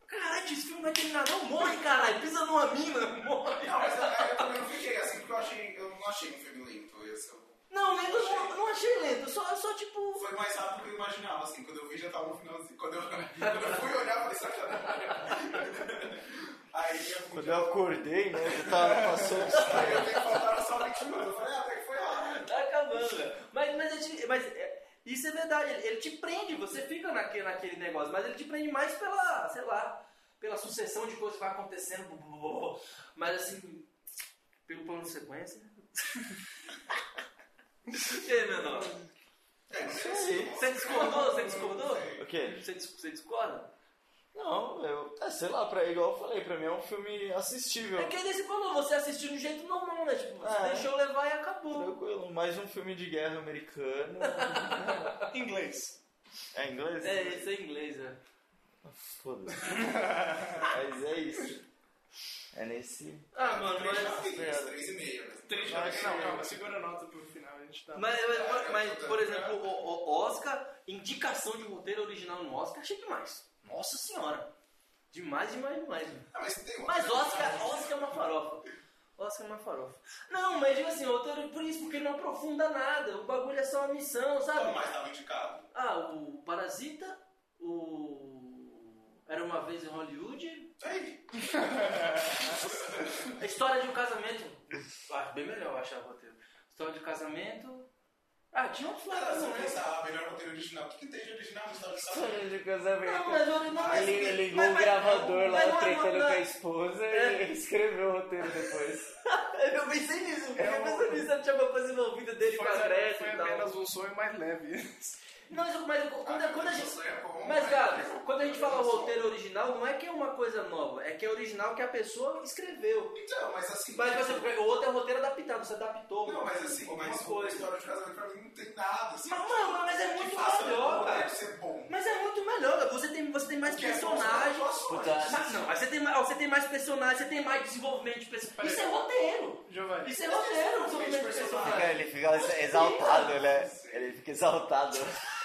Speaker 1: Caralho, esse filme não é terminar não, morre, caralho, pisa numa mina, morre.
Speaker 4: Não, mas eu, eu também não fiquei assim, porque eu, achei, eu não achei um filme lento. Esse.
Speaker 1: Não, lento, eu não, não achei lento, eu só, eu só tipo,
Speaker 4: Foi mais rápido do que eu imaginava, assim. Quando eu vi, já tava no finalzinho. Quando eu, quando eu fui olhar, eu falei, sacanagem. Aí eu
Speaker 5: Quando eu acordei, né? Eu tava, passou os
Speaker 4: Aí eu vi que faltaram só 20 minutos. Eu falei, ah, até que foi rápido.
Speaker 1: tá acabando, velho. Mas, mas, eu te- mas é, isso é verdade, ele, ele te prende, você fica naquele, naquele negócio, mas ele te prende mais pela, sei lá, pela sucessão de coisas que vai acontecendo, blá, blá, blá, blá. mas assim, pelo plano de sequência... E aí, meu nome?
Speaker 4: É, não sei se-
Speaker 1: Você discordou? Você discordou?
Speaker 5: O quê?
Speaker 1: Você, dis- você discorda?
Speaker 5: Não, eu. É, sei lá, pra, igual eu falei, pra mim é um filme assistível.
Speaker 1: É que aí você falou, você assistiu de um jeito normal, né? Tipo, você
Speaker 5: É.
Speaker 1: deixou levar e acabou.
Speaker 5: Tranquilo, mais um filme de guerra americano.
Speaker 3: Inglês.
Speaker 5: É em inglês? Ah,
Speaker 1: É, isso é inglês, é.
Speaker 5: Foda-se. Mas é isso. É nesse.
Speaker 1: Ah, mano,
Speaker 4: Três
Speaker 1: mas...
Speaker 4: rapidinhos, três e meia. mas-
Speaker 3: Três horas. Assim, Não, calma, segura a nota pro final, a gente tá.
Speaker 1: Mas, mas- mas, por exemplo, o, o- Oscar, indicação de roteiro original no Oscar, achei demais. Nossa senhora. Demais, demais, demais. velho.
Speaker 4: Ah, mas tem um.
Speaker 1: Mas Oscar, Oscar é uma farofa. Oscar é uma farofa. Não, mas digo assim, o roteiro, por isso, porque ele não aprofunda nada. O bagulho é só uma missão, sabe?
Speaker 4: Qual mais tava indicado?
Speaker 1: Ah, o Parasita, o. Era uma vez em Hollywood.
Speaker 4: Aí.
Speaker 1: A história de um casamento. Acho bem melhor eu achar o roteiro. História de um casamento. Ah, tinha outros lá
Speaker 4: Cara, se eu
Speaker 1: também.
Speaker 4: pensar, ah, melhor roteiro original. O que, que tem de original no estado de São
Speaker 5: Sonho de casamento.
Speaker 1: Não, mas eu não
Speaker 5: Ele ele ligou o gravador lá, tretando com a esposa
Speaker 1: É.
Speaker 5: e escreveu o roteiro depois.
Speaker 1: Eu pensei nisso,
Speaker 3: É
Speaker 1: eu
Speaker 3: um-
Speaker 1: pensei nisso, eu tinha uma coisa envolvida dele com a
Speaker 3: Foi,
Speaker 1: Grécia
Speaker 3: foi
Speaker 1: e tal.
Speaker 3: apenas um sonho mais leve.
Speaker 1: Não, mas, mas quando, quando a gente.
Speaker 4: é bom.
Speaker 1: Mas,
Speaker 4: né?
Speaker 1: Gabi, quando a gente fala roteiro original, não é que é uma coisa nova, é que é original que a pessoa escreveu.
Speaker 4: Então, mas assim.
Speaker 1: Mas você, o outro é roteiro adaptado, você adaptou.
Speaker 4: Não, mas assim,
Speaker 1: alguma
Speaker 4: mas o
Speaker 1: coisa.
Speaker 4: história de casamento pra mim não tem nada. Assim,
Speaker 1: Mas, mano, mas é
Speaker 4: que
Speaker 1: muito
Speaker 4: faça
Speaker 1: melhor,
Speaker 4: o roteiro
Speaker 1: cara.
Speaker 4: ser bom.
Speaker 1: Mas é muito melhor, cara. você tem, você tem mais
Speaker 4: Porque é
Speaker 1: personagens.
Speaker 4: bom, são
Speaker 5: Puta,
Speaker 4: atuações.
Speaker 1: Mas não, mas você tem, mais- você tem mais personagens, você tem mais desenvolvimento de personagens. Isso é roteiro.
Speaker 3: Giovanni.
Speaker 1: Isso é roteiro, desenvolvimento de personagem.
Speaker 5: É, Ele fica exaltado, né? Ele fica exaltado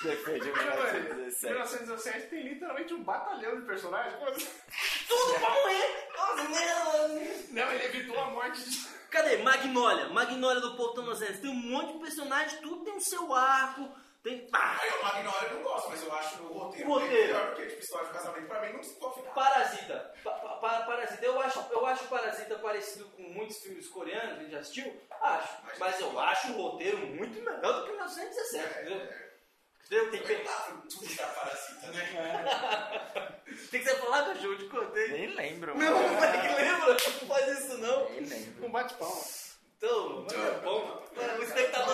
Speaker 5: depois de
Speaker 3: Giovanni,
Speaker 5: 1917.
Speaker 3: 1917 tem literalmente um batalhão de personagens. Como assim?
Speaker 1: É. Tudo pra morrer. Nossa, meu.
Speaker 3: Não, ele evitou a morte de.
Speaker 1: Cadê? Magnolia. Magnolia do Paul Thomas Anderson. Tem um monte de personagem, tudo tem o seu arco. Tem. Pá.
Speaker 4: Aí o Magnolia eu não gosto, mas eu acho o roteiro,
Speaker 1: O
Speaker 4: bem
Speaker 1: roteiro.
Speaker 4: melhor do que tipo, história de casamento. Pra mim não ficou final.
Speaker 1: Parasita. Pa- pa- pa- parasita. Eu acho, eu acho Parasita parecido com muitos filmes coreanos que a gente já assistiu. Acho. Mas eu acho o roteiro muito melhor do que
Speaker 4: É,
Speaker 1: 1917, entendeu? Entendeu? Tem que, É.
Speaker 4: Também não dá pra é, tá tudo da parasita, né?
Speaker 1: tem que você falar que eu juro, te cortei.
Speaker 5: Nem lembro,
Speaker 1: Não, moleque, lembra? Não faz isso não.
Speaker 5: Nem lembro.
Speaker 3: Um bate-pau.
Speaker 1: Então, mas é bom.
Speaker 4: Tá,
Speaker 1: tá, você ia falar.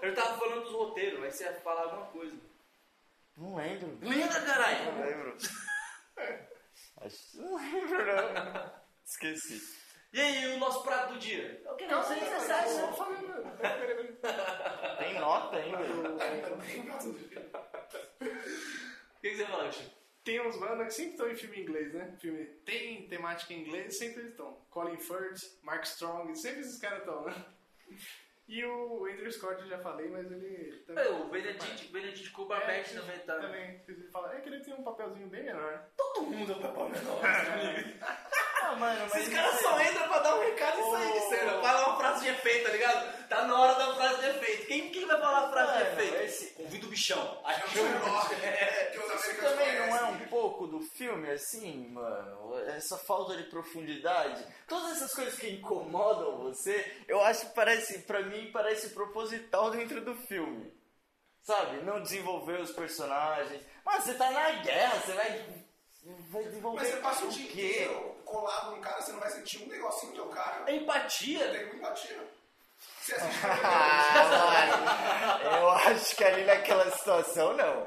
Speaker 1: Eu tava falando dos roteiros, mas você ia falar alguma coisa.
Speaker 5: Não lembro.
Speaker 1: Lenda, caralho!
Speaker 5: Não lembro. Acho não lembro, não. Esqueci.
Speaker 1: E aí, o nosso prato do dia?
Speaker 3: Eu não sei
Speaker 1: né?
Speaker 3: né? necessário.
Speaker 5: Tem nota ainda?
Speaker 1: O que, que você fala, Chico?
Speaker 3: Tem uns bandas né, que sempre estão em filme inglês, né? Filme tem temática em inglês, sempre eles estão. Colin Firth, Mark Strong, sempre esses caras estão, né? E o Andrew Scott eu já falei, mas ele também.
Speaker 1: É, O Benedict, Benedict Cumberbatch
Speaker 3: É,
Speaker 1: também tá.
Speaker 3: Também, ele fala, é que ele tem um papelzinho bem menor.
Speaker 4: Todo mundo é um papel menor.
Speaker 5: Ah, mano, mas.
Speaker 1: Esses caras
Speaker 4: é
Speaker 1: só entram pra dar um recado e sair de cena. Fala uma frase de efeito, tá ligado? Tá na hora da frase de efeito. Quem, quem vai falar a frase de
Speaker 5: Mano,
Speaker 1: efeito?
Speaker 5: esse-
Speaker 1: Convida o bichão. Aí
Speaker 4: É um menor
Speaker 1: É.
Speaker 4: que os
Speaker 5: Isso
Speaker 4: americanos
Speaker 5: também não é
Speaker 4: conhecem.
Speaker 5: um pouco do filme, assim, mano? Essa falta de profundidade, todas essas coisas que incomodam você, eu acho que parece, pra mim, parece proposital dentro do filme. Sabe? Não desenvolver os personagens. Mas você tá na guerra, você vai, vai desenvolver
Speaker 4: Mas você passa o dia
Speaker 5: quê?
Speaker 4: inteiro colado num cara, você não vai sentir um negocinho do cara.
Speaker 1: a empatia.
Speaker 4: Tem muita tira. Você assiste
Speaker 5: Ah, mano, eu acho que ali naquela situação, não.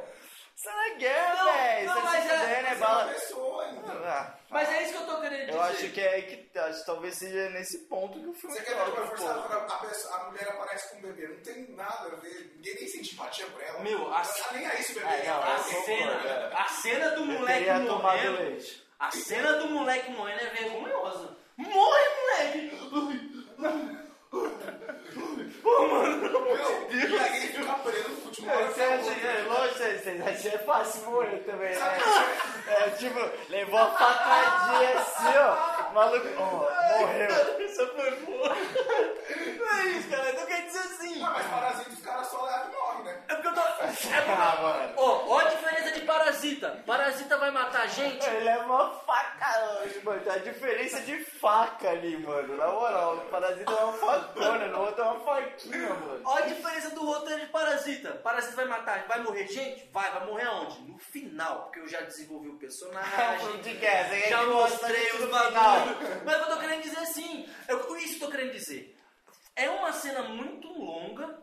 Speaker 5: Você tá na guerra,
Speaker 1: Não,
Speaker 5: velho.
Speaker 1: não,
Speaker 5: Você tá
Speaker 1: mas
Speaker 5: se
Speaker 1: é-
Speaker 5: fudendo, é
Speaker 4: é uma
Speaker 5: bala.
Speaker 4: pessoa, então.
Speaker 5: Ah.
Speaker 1: Mas é isso que eu tô querendo dizer.
Speaker 5: Eu acho que é aí que acho, que talvez seja nesse ponto que o filme
Speaker 4: Você quer ver
Speaker 5: toca
Speaker 4: uma
Speaker 5: um
Speaker 4: forçada
Speaker 5: pouco.
Speaker 4: quando a, pessoa- a mulher aparece com um bebê? Não tem nada a ver, ninguém nem sente empatia por ela.
Speaker 1: Meu,
Speaker 4: a...
Speaker 1: a- É,
Speaker 4: tá nem aí se o bebê tá
Speaker 5: Ah, não,
Speaker 1: A
Speaker 5: eu
Speaker 4: nasce.
Speaker 5: sou-
Speaker 1: cena, a cena do
Speaker 5: Eu
Speaker 1: um moleque
Speaker 5: teria tomado
Speaker 1: morrendo.
Speaker 5: leite.
Speaker 1: A cena do moleque morrendo é vergonhosa. Morre, moleque! Pô, mano.
Speaker 4: Meu, e aí ele fica preso no futebol.
Speaker 5: É, Você acha que é lógico, vocês acham que é fácil morrer também, né? É, tipo, levou a facadinha assim, ó. O Maluco, ó, morreu.
Speaker 1: Essa foi boa.
Speaker 5: Não é isso, cara, não quer dizer assim.
Speaker 4: Ah, mas parasita os caras só levam e morrem, né?
Speaker 1: É porque eu tô. É porque-
Speaker 5: Ah, mano.
Speaker 1: Ó, ó a diferença de parasita. Parasita vai matar gente.
Speaker 5: Ele levou a faca, mano. A diferença de faca ali, mano. Na moral, o parasita é uma facona, no outro é uma faquinha, mano.
Speaker 1: Ó a diferença do roteiro de parasita. Parasita vai matar, vai morrer gente? Vai, vai morrer aonde? No final, porque eu já desenvolvi o
Speaker 5: É um filme
Speaker 1: personagem.
Speaker 5: de guerra, você quer
Speaker 1: Já
Speaker 5: que
Speaker 1: mostrei
Speaker 5: mostre
Speaker 1: os
Speaker 5: no final.
Speaker 1: bagulho. Mas eu tô querendo dizer assim. Eu, isso que eu tô querendo dizer. É uma cena muito longa.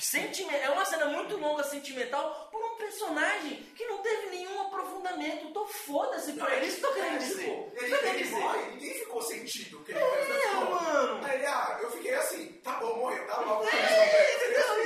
Speaker 1: sentime- É uma cena muito longa, sentimental, por um personagem que não teve nenhum aprofundamento. Tô foda-se pra ele. Isso que eu tô querendo dizer.
Speaker 4: Tipo,
Speaker 1: Isso que eu
Speaker 4: Ele,
Speaker 1: querendo
Speaker 4: ele
Speaker 1: dizer. é,
Speaker 4: morre, ninguém ficou sentido. Porque ele pensou,
Speaker 1: mano. É
Speaker 4: Aí, ele, ah, eu fiquei assim, tá bom, morreu, tá bom.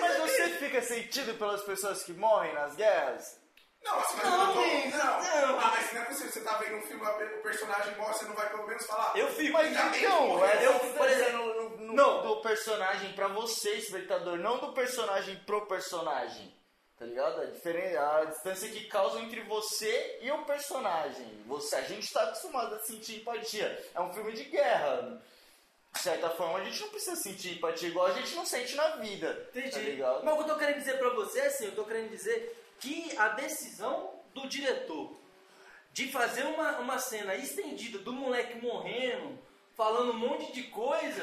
Speaker 5: Mas você fica sentido pelas pessoas que morrem nas guerras?
Speaker 4: Não, mas você
Speaker 1: Não,
Speaker 4: não,
Speaker 1: Luiz,
Speaker 4: não.
Speaker 1: não.
Speaker 4: Ah, mas não é possível, você tá vendo um filme, o personagem morre, você não vai pelo menos falar.
Speaker 1: Eu fico.
Speaker 5: Mas
Speaker 4: Ainda bem que
Speaker 5: então,
Speaker 4: morreu.
Speaker 5: é
Speaker 1: Eu,
Speaker 5: eu,
Speaker 1: por exemplo,
Speaker 5: no, no-
Speaker 1: não.
Speaker 5: do personagem pra você, espectador, não do personagem pro personagem. Tá ligado? A, diferença, a distância que causa entre você e o personagem. Você, a gente tá acostumado a sentir empatia. É um filme de guerra. De certa forma, a gente não precisa sentir empatia igual a gente não sente na vida. Tá
Speaker 1: Entendi.
Speaker 5: ligado?
Speaker 1: Mas o que eu tô querendo dizer pra você é assim, eu tô querendo dizer que a decisão do diretor de fazer uma, uma cena estendida do moleque morrendo, falando um monte de coisa,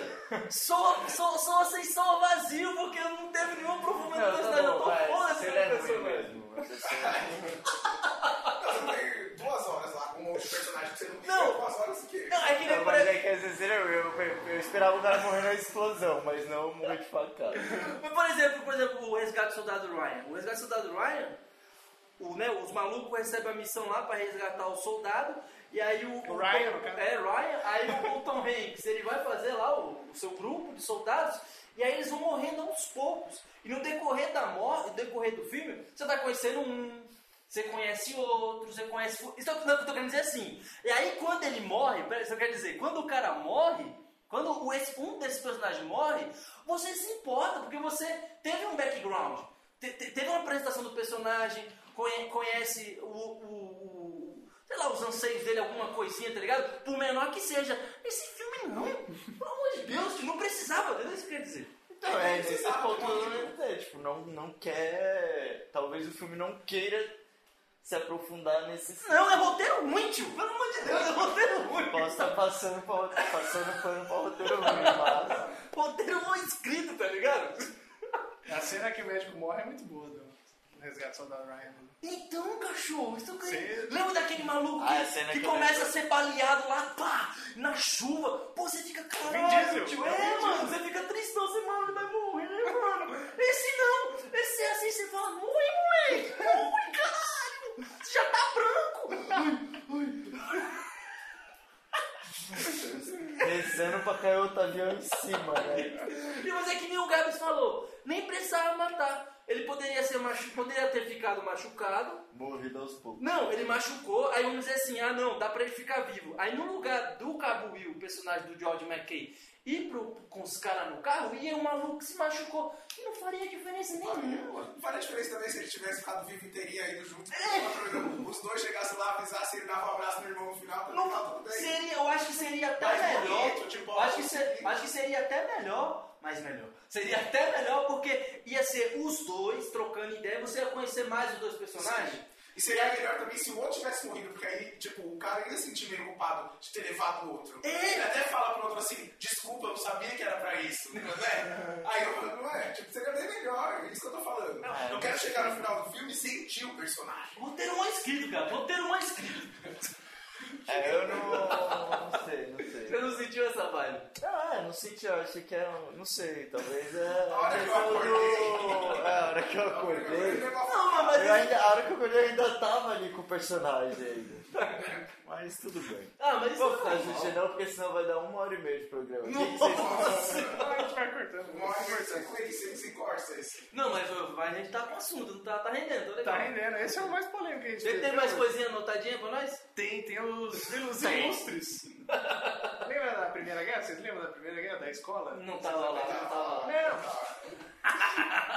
Speaker 1: só, só, só vocês são vazio, porque não teve nenhum aprofundamento da
Speaker 5: Não,
Speaker 1: história, eu
Speaker 5: não,
Speaker 1: tô
Speaker 5: vai,
Speaker 1: foda-se né,
Speaker 5: você
Speaker 1: no
Speaker 5: não é ruim
Speaker 1: personagem.
Speaker 5: mesmo.
Speaker 4: Você tem tá duas horas lá com um outro personagem que você não viu.
Speaker 1: Não.
Speaker 4: Duas horas que.
Speaker 1: Não, é que nem
Speaker 5: Não,
Speaker 1: por
Speaker 5: mas
Speaker 1: exemplo,
Speaker 5: é que às vezes eu, eu, eu esperava o cara morrer na explosão, mas não morrer de facada.
Speaker 1: Mas, por exemplo, por exemplo, o resgate do soldado Ryan. O resgate do soldado Ryan, o, né, os malucos recebem a missão lá pra resgatar o soldado. E aí o. o-
Speaker 3: Ryan, o cara.
Speaker 1: É, Ryan. Aí o Tom Hanks, ele vai fazer lá o, o seu grupo de soldados. E aí eles vão morrendo aos poucos. E no decorrer da morte, no decorrer do filme, você vai conhecendo um, você conhece outro, você conhece. fu- Isso é o que eu tô querendo dizer assim. E aí quando ele morre, pera, isso quer dizer, quando o cara morre, quando o- esse- um desses personagens morre, você se importa, porque você teve um background, te- te- teve uma apresentação do personagem, conhe- conhece o. o- o- sei lá, os anseios dele, alguma coisinha, tá ligado? Por menor que seja. Esse filme não, pelo amor de Deus, não precisava, é isso que eu quero dizer.
Speaker 5: Então, é
Speaker 4: Você
Speaker 5: nesse
Speaker 4: sabe,
Speaker 5: ponto
Speaker 4: mano.
Speaker 5: eu não entendo, tipo, não, não quer. Talvez o filme não queira se aprofundar nesse.
Speaker 1: Não, é roteiro ruim, tio, pelo amor de Deus, é roteiro ruim.
Speaker 5: Posso estar tá passando pra, passando pano pra roteiro ruim, mas.
Speaker 1: Roteiro mal escrito, tá ligado?
Speaker 3: A cena que o médico morre é muito boa do Resgate do Soldado Ryan.
Speaker 1: Então, cachorro, então, cara,
Speaker 3: Sim.
Speaker 1: lembra daquele maluco
Speaker 5: Ah,
Speaker 1: que-
Speaker 5: a cena
Speaker 1: que,
Speaker 5: que eu
Speaker 1: começa a
Speaker 5: lembro.
Speaker 1: ser baleado lá, pá, na chuva? Pô, você fica
Speaker 3: Vin Diesel,
Speaker 1: caralho, tio.
Speaker 3: é o Vin
Speaker 1: É,
Speaker 3: Diesel.
Speaker 1: mano, você fica tristão, você, mano, ele vai morrer, mano. é assim, tá
Speaker 5: descendo pra cair o Otavião em cima, né?
Speaker 1: E Mas é que nem o Gabs falou, nem precisava matar. Ele poderia, ser machu... poderia ter ficado machucado.
Speaker 5: Morrido aos poucos.
Speaker 1: Não, ele machucou, aí vamos dizer assim, ah não, dá pra ele ficar vivo. Aí no lugar do Cabo Will, o personagem do George McKay, ir pro, com os caras no carro, ia um maluco que se machucou. E não faria diferença nenhuma.
Speaker 4: Não faria diferença também se ele tivesse ficado vivo e teria ido junto. Os dois chegassem lá, avisassem ele, dava um abraço no irmão no final, também
Speaker 1: tá
Speaker 4: tava tudo bem.
Speaker 1: Seria, eu acho que seria até
Speaker 4: Mas
Speaker 1: melhor.
Speaker 4: bonito, tipo,
Speaker 1: Eu acho, que se- acho que seria até melhor, mas melhor. Seria até melhor porque ia ser os dois trocando ideia, você ia conhecer mais os dois personagens.
Speaker 4: E seria melhor também se o outro tivesse morrido, porque aí, tipo, o cara ia se sentir meio culpado de ter levado o outro.
Speaker 1: É.
Speaker 4: Ele até fala pro outro assim, desculpa, eu sabia que era pra isso, né? aí eu falo, não é, tipo, seria bem melhor, é isso que eu tô falando. eu quero chegar no final do filme e sentir o personagem.
Speaker 1: Roteiro mal escrito, cara. Roteiro mal escrito.
Speaker 5: É, eu não, não sei, não
Speaker 1: Você
Speaker 5: sei.
Speaker 1: não sentiu essa vibe?
Speaker 5: Ah, eu não senti, eu achei que era um... Não sei, talvez é...
Speaker 4: A hora que eu acordei.
Speaker 5: É, a hora que eu acordei...
Speaker 1: Não, mas
Speaker 5: Eu ainda, a hora que eu acordei eu ainda tava ali com o personagem ainda. Mas tudo bem.
Speaker 1: Ah, mas isso
Speaker 5: Vou
Speaker 1: não
Speaker 5: ficar
Speaker 1: faz
Speaker 5: assistindo não, porque senão vai dar uma hora e meia de programa. O que que vocês-
Speaker 4: Nossa!
Speaker 3: A gente vai cortando.
Speaker 4: Uma hora
Speaker 3: vai
Speaker 4: de
Speaker 3: cortando.
Speaker 4: sequência, sem cortes.
Speaker 1: Não, mas, ô, mas a gente tá com assunto, não tá, tá rendendo, tá legal.
Speaker 3: Tá rendendo. Esse é o mais polêmico que a gente
Speaker 1: Você
Speaker 3: teve,
Speaker 1: tem
Speaker 3: né,
Speaker 1: mais
Speaker 3: mano?
Speaker 1: coisinha anotadinha pra nós?
Speaker 3: Tem, tem os os
Speaker 1: Tem.
Speaker 3: ilustres. Lembra da Primeira Guerra? Vocês lembram da Primeira Guerra? Da escola?
Speaker 1: Não tava lá, não tava lá.
Speaker 3: Não.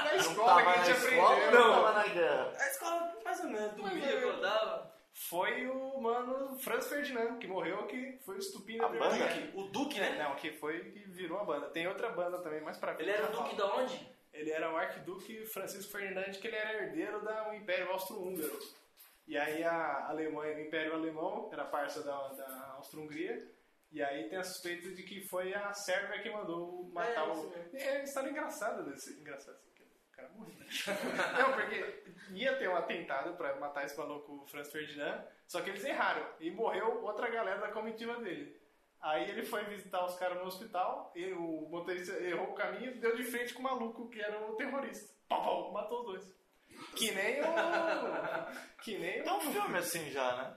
Speaker 3: Na escola
Speaker 5: Tava
Speaker 3: que a
Speaker 5: na
Speaker 3: gente
Speaker 5: escola ou
Speaker 3: aprendeu.
Speaker 5: não tava na guerra?
Speaker 1: A escola mais ou menos dormia,
Speaker 3: é.
Speaker 1: acordava.
Speaker 3: Foi o mano Franz Ferdinand, que morreu, que foi o estupim da
Speaker 5: A
Speaker 3: primeira
Speaker 5: banda?
Speaker 3: guerra.
Speaker 1: O Duque, né?
Speaker 3: Não, que foi que virou a banda. Tem outra banda também, mais pra frente.
Speaker 1: Ele era o
Speaker 3: eu
Speaker 1: Duque
Speaker 3: falo.
Speaker 1: da onde?
Speaker 3: Ele era o arquiduque Francisco Ferdinand, que ele era herdeiro do Império Austro-Húngaro. E aí a Alemanha, o Império Alemão, era parça da, da Austro-Hungria. E aí tem a suspeita de que foi a Sérvia que mandou matar
Speaker 1: É, isso
Speaker 3: o...
Speaker 1: mesmo.
Speaker 3: É, história engraçada desse... Engraçado assim, que o cara morreu. né? Não, porque ia ter um atentado pra matar esse maluco Franz Ferdinand, só que eles erraram. E morreu outra galera da comitiva dele. Aí ele foi visitar os caras no hospital, e o motorista errou o caminho e deu de frente com o maluco que era o terrorista. Pau, pau, matou os dois. Que nem o. Que nem
Speaker 5: Tem
Speaker 3: o.
Speaker 5: um filme assim já, né?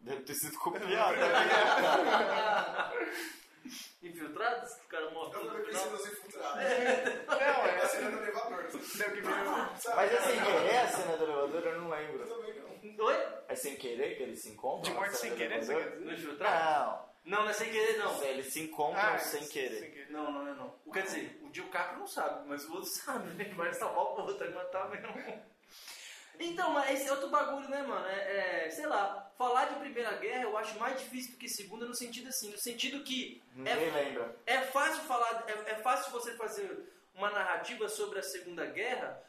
Speaker 5: Deve ter sido copiado. né?
Speaker 1: Infiltrados? Que o cara morre
Speaker 4: Eu
Speaker 1: tudo
Speaker 4: não
Speaker 1: no
Speaker 4: preciso
Speaker 1: final.
Speaker 4: nos infiltrar. É.
Speaker 3: Não, é.
Speaker 4: Tá sendo no elevador.
Speaker 3: Deu que veio.
Speaker 4: Sabe?
Speaker 5: Mas é sem querer a cena do elevador? Eu não
Speaker 4: Eu
Speaker 5: lembro.
Speaker 4: também não.
Speaker 1: Oi?
Speaker 5: É sem querer que eles se encontram?
Speaker 3: um De
Speaker 5: na
Speaker 3: morte
Speaker 5: cena
Speaker 3: sem
Speaker 5: do
Speaker 3: querer, é você
Speaker 5: elevador?
Speaker 3: quer
Speaker 1: No
Speaker 3: dizer?
Speaker 1: infiltrado?
Speaker 5: Não. Ah,
Speaker 1: Não, não é sem querer, não.
Speaker 5: Eles se encontram
Speaker 3: Ah, é,
Speaker 5: sem querer.
Speaker 1: Não, não, não, não. Quer dizer, o Dio Caprio não sabe, mas o outro sabe, né? Que vai salvar o outro, vai matar mesmo. Então, mas esse é outro bagulho, né, mano? É, é, sei lá, falar de Primeira Guerra eu acho mais difícil do que Segunda no sentido assim, no sentido que
Speaker 5: Ninguém
Speaker 1: é,
Speaker 5: lembra.
Speaker 1: é fácil falar, é, é fácil você fazer uma narrativa sobre a Segunda Guerra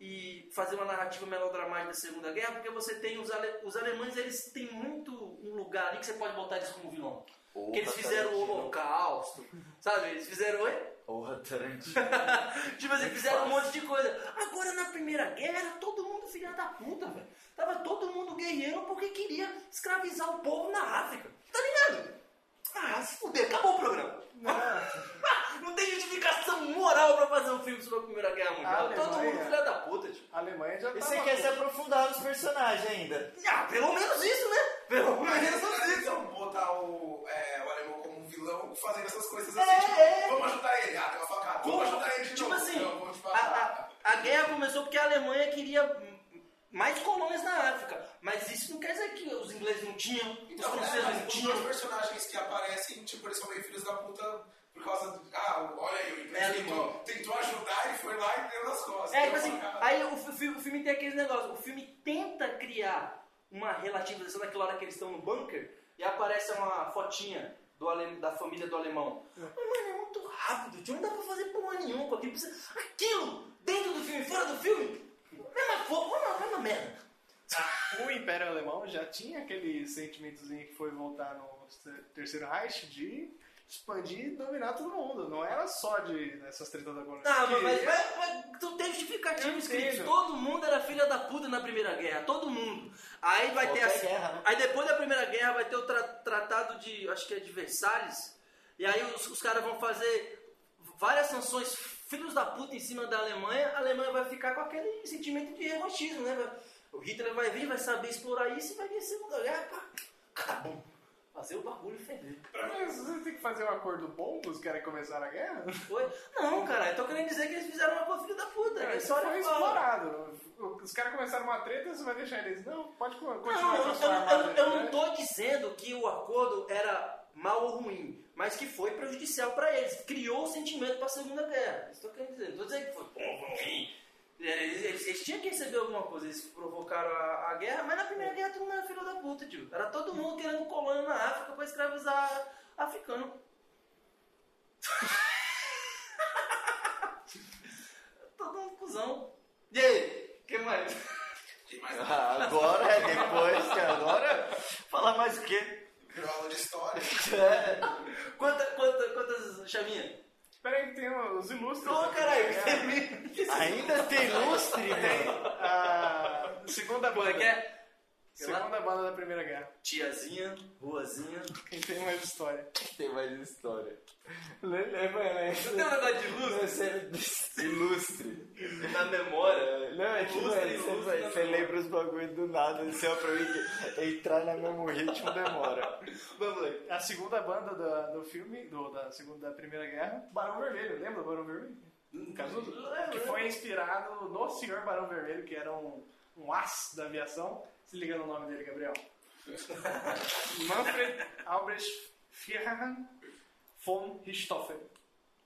Speaker 1: e fazer uma narrativa melodramática da Segunda Guerra, porque você tem os, ale, os alemães, eles têm muito um lugar ali que você pode botar eles como vilão. Porque eles fizeram o holocausto, sabe? Eles fizeram... Oi?
Speaker 5: Porra, Tarantino.
Speaker 1: Tipo assim,
Speaker 4: É
Speaker 5: Muito
Speaker 1: fizeram um
Speaker 5: fácil.
Speaker 1: monte de coisa. Agora na Primeira Guerra era todo mundo filha da puta, velho. Tava todo mundo guerreiro porque queria escravizar o povo na África. Tá ligado? Ah, se fuder, acabou o programa. Ah, Não tem justificação moral pra fazer um filme sobre a Primeira Guerra Mundial.
Speaker 4: Ah,
Speaker 3: Alemanha.
Speaker 1: todo
Speaker 4: é.
Speaker 1: mundo filha da puta, tipo.
Speaker 3: A Alemanha já
Speaker 5: E
Speaker 3: tava.
Speaker 5: você quer se aprofundar nos personagens ainda.
Speaker 1: Ah, pelo menos isso, né? Pelo
Speaker 4: Mas
Speaker 1: menos
Speaker 4: eles não
Speaker 1: isso.
Speaker 4: precisam botar o, é, o alemão como um vilão fazendo essas coisas
Speaker 1: É,
Speaker 4: assim. tipo,
Speaker 1: é.
Speaker 4: vamos ajudar ele. Ah, tem uma facada.
Speaker 1: Como?
Speaker 4: Vamos ajudar ele de
Speaker 1: tipo
Speaker 4: novo.
Speaker 1: assim,
Speaker 4: Não, vamos te
Speaker 1: a,
Speaker 4: matar.
Speaker 1: a- a guerra começou porque a Alemanha queria hum, mais colônias na África. Mas isso não quer dizer que os ingleses não tinham, os
Speaker 4: Então, né,
Speaker 1: franceses não
Speaker 4: mas os dois
Speaker 1: tinham.
Speaker 4: personagens que aparecem, tipo, eles são meio filhos da puta por causa do. Ah, olha aí, o inglês
Speaker 1: É
Speaker 4: tentou,
Speaker 1: alemão.
Speaker 4: tentou ajudar e foi lá e deu nas costas.
Speaker 1: É,
Speaker 4: Deu
Speaker 1: tipo assim,
Speaker 4: facada.
Speaker 1: aí o, fi- fi- o filme tem aqueles negócios. O filme tenta criar uma relativização daquela hora que eles estão no bunker e aparece uma fotinha do ale- da família do alemão. Mas, mano, é muito rápido, tio. Não dá pra fazer porra nenhuma com aquilo. Precisa- Aquilo, dentro do filme, fora do filme, é uma, fo- é uma, é uma merda.
Speaker 3: O Império Alemão já tinha aquele sentimentozinho que foi voltar no Terceiro Reich de expandir e dominar todo mundo. Não era só de essas tretas da colônia.
Speaker 1: Ah, mas, mas,
Speaker 3: Queria-
Speaker 1: mas, mas tu tem justificativa
Speaker 3: Eu
Speaker 1: escrito.
Speaker 3: entendo.
Speaker 1: Todo mundo era filha da puta na Primeira Guerra. Todo mundo. Aí vai ter
Speaker 5: Qualquer
Speaker 1: a-
Speaker 5: guerra, né?
Speaker 1: Aí depois da Primeira Guerra vai ter o tra- tratado de. Acho que é de Versalhes. E aí os, os caras vão fazer várias sanções filhos da puta em cima da Alemanha. A Alemanha vai ficar com aquele sentimento de revanchismo, né? Vai- O Hitler vai vir, vai saber explorar isso e vai vir a Segunda Guerra. Pá, acabou. fazer o bagulho ferver.
Speaker 3: Mas você tem que fazer um acordo bom dos caras que começaram a guerra?
Speaker 1: Foi? Não, cara, eu tô querendo dizer que eles fizeram uma coisa filha da puta.
Speaker 3: Cara,
Speaker 1: É
Speaker 3: isso
Speaker 1: só
Speaker 3: foi
Speaker 1: olha fora.
Speaker 3: explorado. Os caras começaram uma treta, você vai deixar eles. Não, pode co-
Speaker 1: Não,
Speaker 3: continuar
Speaker 1: eu,
Speaker 3: com a
Speaker 1: eu-
Speaker 3: sua armada.
Speaker 1: eu- eu não tô dizendo que o acordo era mal ou ruim, mas que foi prejudicial pra eles. Criou o sentimento pra Segunda Guerra. Isso que eu quero dizer. Não tô dizendo que foi bom ou ruim. É, Eles, eles- eles tinham que receber alguma coisa, eles provocaram a, a guerra, mas na Primeira Guerra todo mundo era filho da puta, tio. Era todo mundo querendo colônia na África pra escravizar africano. todo mundo cuzão. E aí? O que mais?
Speaker 2: Ah, agora é depois, que agora. Falar mais o quê?
Speaker 4: Virou aula de história.
Speaker 1: Quanta, quanta, quantas chavinhas?
Speaker 3: Peraí, que tem os ilustres.
Speaker 1: Ô, caralho,
Speaker 3: É.
Speaker 2: Ainda tem lustre, né?
Speaker 3: A Ah, segunda
Speaker 1: Como é
Speaker 3: banda.
Speaker 1: que é?
Speaker 3: Segunda banda da Primeira Guerra.
Speaker 1: Tiazinha, ruazinha.
Speaker 3: Quem tem mais história?
Speaker 2: Tem mais história.
Speaker 3: Leva, né?
Speaker 1: Não tem um negócio de luz
Speaker 2: é Ilustre.
Speaker 1: na memória?
Speaker 2: Não, é que
Speaker 1: Ilustre,
Speaker 2: mano, você,
Speaker 1: ilustre
Speaker 2: vai-
Speaker 1: na
Speaker 2: você
Speaker 1: memória.
Speaker 2: lembra os bagulhos do nada, assim, ó, pra mim que entrar no mesmo ritmo demora.
Speaker 1: Vamos lá.
Speaker 3: É A segunda banda da- do, filme, do- da segunda da Primeira Guerra, Barão Vermelho. Lembra do Barão Vermelho? Cazuza? Que foi inspirado no senhor Barão Vermelho, que era um, um as da aviação. Se liga no nome dele, Gabriel. Manfred Albrecht Führer von Richthofen.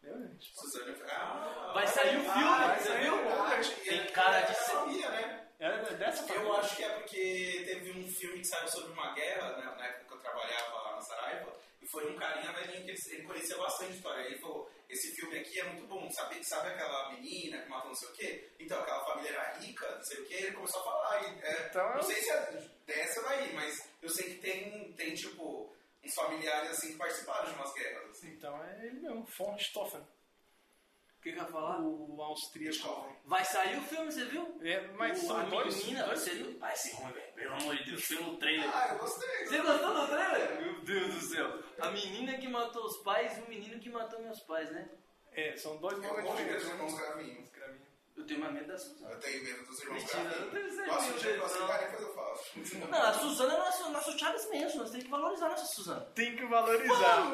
Speaker 3: Lembra?
Speaker 4: Suzane ah,
Speaker 1: Vai sair um filme,
Speaker 4: ah, vai
Speaker 1: você
Speaker 4: sair,
Speaker 1: viu?
Speaker 4: verdade.
Speaker 1: Tem
Speaker 4: Ele-
Speaker 1: cara de
Speaker 4: ela
Speaker 1: ser-
Speaker 4: sabia, né?
Speaker 3: Era dessa
Speaker 4: Eu
Speaker 3: família.
Speaker 4: acho que é porque teve um filme que saiu sobre uma guerra, né, na época que eu trabalhava lá na Saraiva, e foi um carinha velhinho que ele, ele conhecia bastante história. Ele falou, esse filme aqui é muito bom, sabe, sabe aquela menina que matou não sei o quê? Então, aquela família era rica, não sei o quê, ele começou a falar. E, é,
Speaker 3: Então-
Speaker 4: não sei se é dessa daí, mas eu sei que tem, tem tipo, uns familiares assim que participaram de umas guerras, assim.
Speaker 3: Então é ele mesmo, von Richthofen.
Speaker 1: O que que eu ia falar?
Speaker 3: O austríaco.
Speaker 1: Vai sair o filme, você viu?
Speaker 3: É, mas
Speaker 1: o, a
Speaker 3: são dois,
Speaker 1: menina,
Speaker 3: dois
Speaker 1: você não vai ser ruim, velho. Pelo amor de Deus, tem um trailer.
Speaker 4: Ah, eu gostei.
Speaker 1: Você gostou do trailer? Meu Deus do céu. A menina que matou os pais e o menino que matou meus pais, né?
Speaker 3: É, são dois
Speaker 4: Eu
Speaker 3: mundos
Speaker 4: morro de medo
Speaker 3: diferentes.
Speaker 4: dos irmãos Gravinhos.
Speaker 3: Gravinha.
Speaker 1: Eu tenho mais medo da Suzana.
Speaker 4: Eu tenho medo dos irmãos
Speaker 1: Mentira, eu tenho
Speaker 4: Gravinhos.
Speaker 1: certeza
Speaker 4: Nossa, um dia que eu
Speaker 1: disso,
Speaker 4: sei,
Speaker 1: não.
Speaker 4: cara, depois eu falo.
Speaker 1: Não, a Suzana é nosso, nosso Chaves mesmo. Nós temos que valorizar a nossa Suzana.
Speaker 3: Tem que valorizar.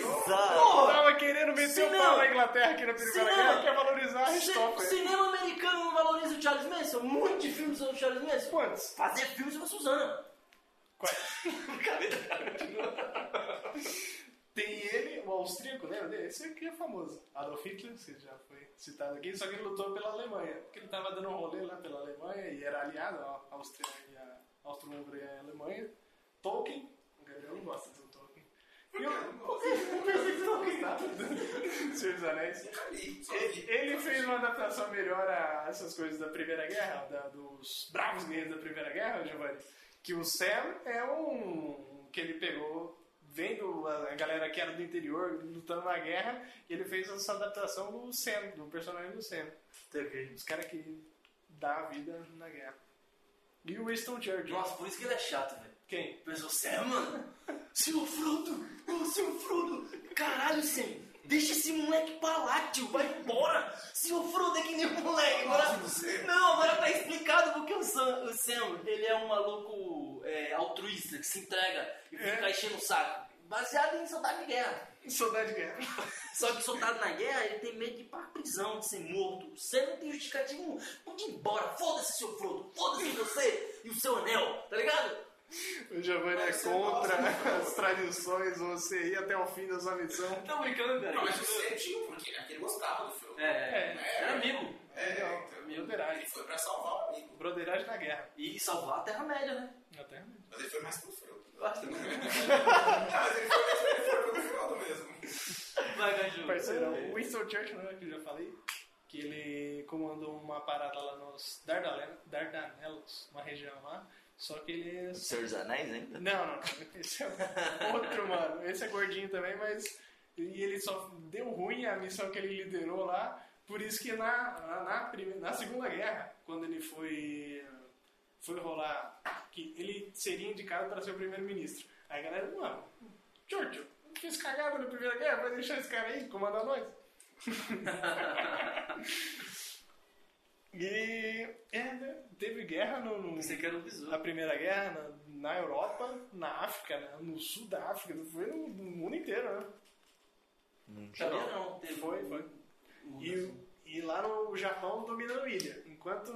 Speaker 2: Valorizar!
Speaker 1: Porra!
Speaker 3: Tava querendo meter o
Speaker 1: Cinema.
Speaker 3: pau na Inglaterra aqui na Primeira
Speaker 1: Cinema.
Speaker 3: Guerra, quer valorizar a
Speaker 1: Ci-
Speaker 3: Richthofen.
Speaker 1: cinema americano não valoriza o Charles Manson? Um monte de filmes sobre o Charles Manson.
Speaker 3: Quantos?
Speaker 1: Fazer filmes sobre a Suzana.
Speaker 3: Tem ele, o austríaco, lembra dele? Esse aqui é famoso. Adolf Hitler, que já foi citado aqui, só que ele lutou pela Alemanha. Porque ele tava dando um rolê lá pela Alemanha e era aliado à Áustria e à Áustria-Hungria e à Alemanha. Tolkien, o Gabriel não gosta do Tolkien. E o Tolkien, tá? Senhor dos Anéis. Ele ele fez uma adaptação melhor a essas coisas da Primeira Guerra, da- dos bravos guerreiros da Primeira Guerra, Giovanni. Que o Sam é um que ele pegou vendo a a galera que era do interior lutando na guerra, e ele fez essa adaptação do Sam, do personagem do Sam. Os caras que dá a vida na guerra. E o Winston Churchill.
Speaker 1: Nossa, por isso que ele é chato, velho.
Speaker 3: Quem?
Speaker 1: Pensou, Sam, mano, seu Frodo, ô seu Frodo, caralho, Sam, deixa esse moleque pra lá, tio, vai embora. Seu Frodo é que nem um moleque, agora. Não, agora tá explicado porque o Sam, o Sam ele é um maluco é, altruísta que se entrega e fica
Speaker 3: É.
Speaker 1: enchendo o saco. Baseado em soldado de guerra.
Speaker 3: Saudade de guerra.
Speaker 1: Só que soldado na guerra, ele tem medo de ir pra prisão, de ser morto. Você não tem justificativo nenhum. Pode ir embora, foda-se seu Frodo, foda-se você e o seu anel, tá ligado?
Speaker 3: O Giovanni é contra as tradições, você ir até o fim da sua missão.
Speaker 1: Tá brincando, velho?
Speaker 4: Não, mas você tinha, porque aquele gostava do filme.
Speaker 1: É, era amigo.
Speaker 4: É,
Speaker 3: Legal.
Speaker 4: então,
Speaker 3: Broderagem.
Speaker 4: ele foi pra salvar o amigo,
Speaker 3: Broderagem na guerra.
Speaker 1: E salvar a Terra-média, né?
Speaker 3: Até.
Speaker 4: mas ele foi mais pro fruto.
Speaker 1: Eu acho que
Speaker 4: Não, Ah, mas ele foi mais pro fruto do Frodo mesmo.
Speaker 1: Vai, Gaju.
Speaker 3: Parceirão, o Winston Churchill, né, que eu já falei, que ele comandou uma parada lá nos Dardale- Dardanelos, uma região lá, só que ele... é
Speaker 2: Senhor dos Anéis ainda?
Speaker 3: Não, não, não, esse é outro, mano. Esse é gordinho também, mas... E ele só deu ruim a missão que ele liderou lá, por isso que na, na, na prime- na Segunda Guerra, quando ele foi, foi rolar, que ele seria indicado para ser o primeiro-ministro. Aí a galera, mano, Churchill, não fez cagada na Primeira Guerra, vai deixar esse cara aí comandar nós? E é, né, teve guerra no, no-
Speaker 1: Pensei que era um besouro.
Speaker 3: na Primeira Guerra, na, na Europa, na África, né, no sul da África, foi no, no mundo inteiro, né?
Speaker 1: Sabia não. Teve
Speaker 3: Foi,
Speaker 1: um-
Speaker 3: foi.
Speaker 1: um-
Speaker 3: E, o- e lá no Japão dominando ilha. Enquanto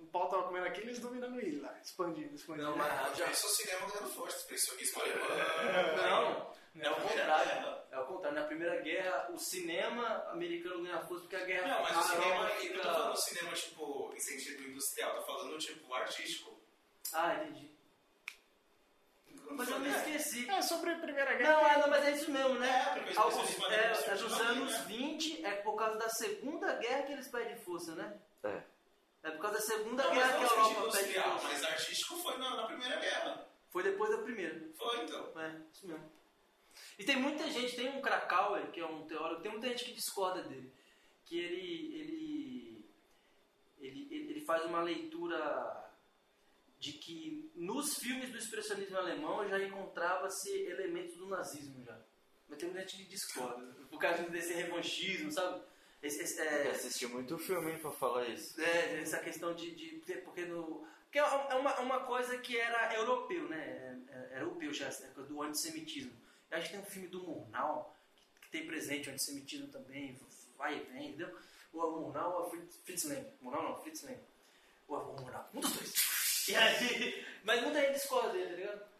Speaker 3: o pau tava comendo aqui, eles dominando ilha lá, expandindo, expandindo.
Speaker 1: Não, mas
Speaker 4: Ah, Já pensou o cinema ganhando força, pensou isso olha,
Speaker 1: Não, é o contrário. É o contrário. Na Primeira Guerra, o cinema americano ganha força porque a guerra
Speaker 4: Não, mas
Speaker 1: a
Speaker 4: o cinema,
Speaker 1: Europa
Speaker 4: eu não tô falando cinema, tipo, em sentido industrial, tô falando, tipo, artístico.
Speaker 1: Ah, entendi. Mas eu me
Speaker 4: né?
Speaker 1: esqueci.
Speaker 3: É sobre a Primeira Guerra.
Speaker 1: Não, é, não, mas é isso mesmo, né?
Speaker 4: É, porque eles
Speaker 1: Alguns,
Speaker 4: precisam de
Speaker 1: é,
Speaker 4: maneira
Speaker 1: é
Speaker 4: de
Speaker 1: nos
Speaker 4: se
Speaker 1: anos
Speaker 4: manter,
Speaker 1: 20, é por causa da Segunda Guerra que eles pedem força, né?
Speaker 5: É.
Speaker 1: É por causa da Segunda
Speaker 4: Não, mas
Speaker 1: Guerra que
Speaker 4: não no
Speaker 1: a
Speaker 4: sentido
Speaker 1: Europa tá pede
Speaker 4: industrial,
Speaker 1: força.
Speaker 4: mas é artístico foi na, na Primeira Guerra.
Speaker 1: Foi depois da Primeira.
Speaker 4: Foi, então.
Speaker 1: É, isso mesmo. E tem muita gente, tem um Krakauer, que é um teórico, tem muita gente que discorda dele. Que ele, ele, ele, ele ele faz uma leitura de que nos filmes do expressionismo alemão já encontrava-se elementos do nazismo já. Mas tem muita gente que discorda. Por causa desse revanchismo, sabe? Esse- esse-
Speaker 5: Tem que
Speaker 1: é,
Speaker 5: assistir muito filme pra falar isso.
Speaker 1: é, essa questão de, de- de- porque no porque é uma, é uma coisa que era europeu, né? É- é europeu já essa época do antissemitismo. Eu acho que tem um filme do Murnau que, que tem presente o antissemitismo também, vai e vem, entendeu? Ou é o Murnau ou é o Fritz- Fritz Lang. Murnau não, Fritz Lang. Ou é o Murnau. Um dos dois. E aí, mas muita gente discorda dele, tá ligado?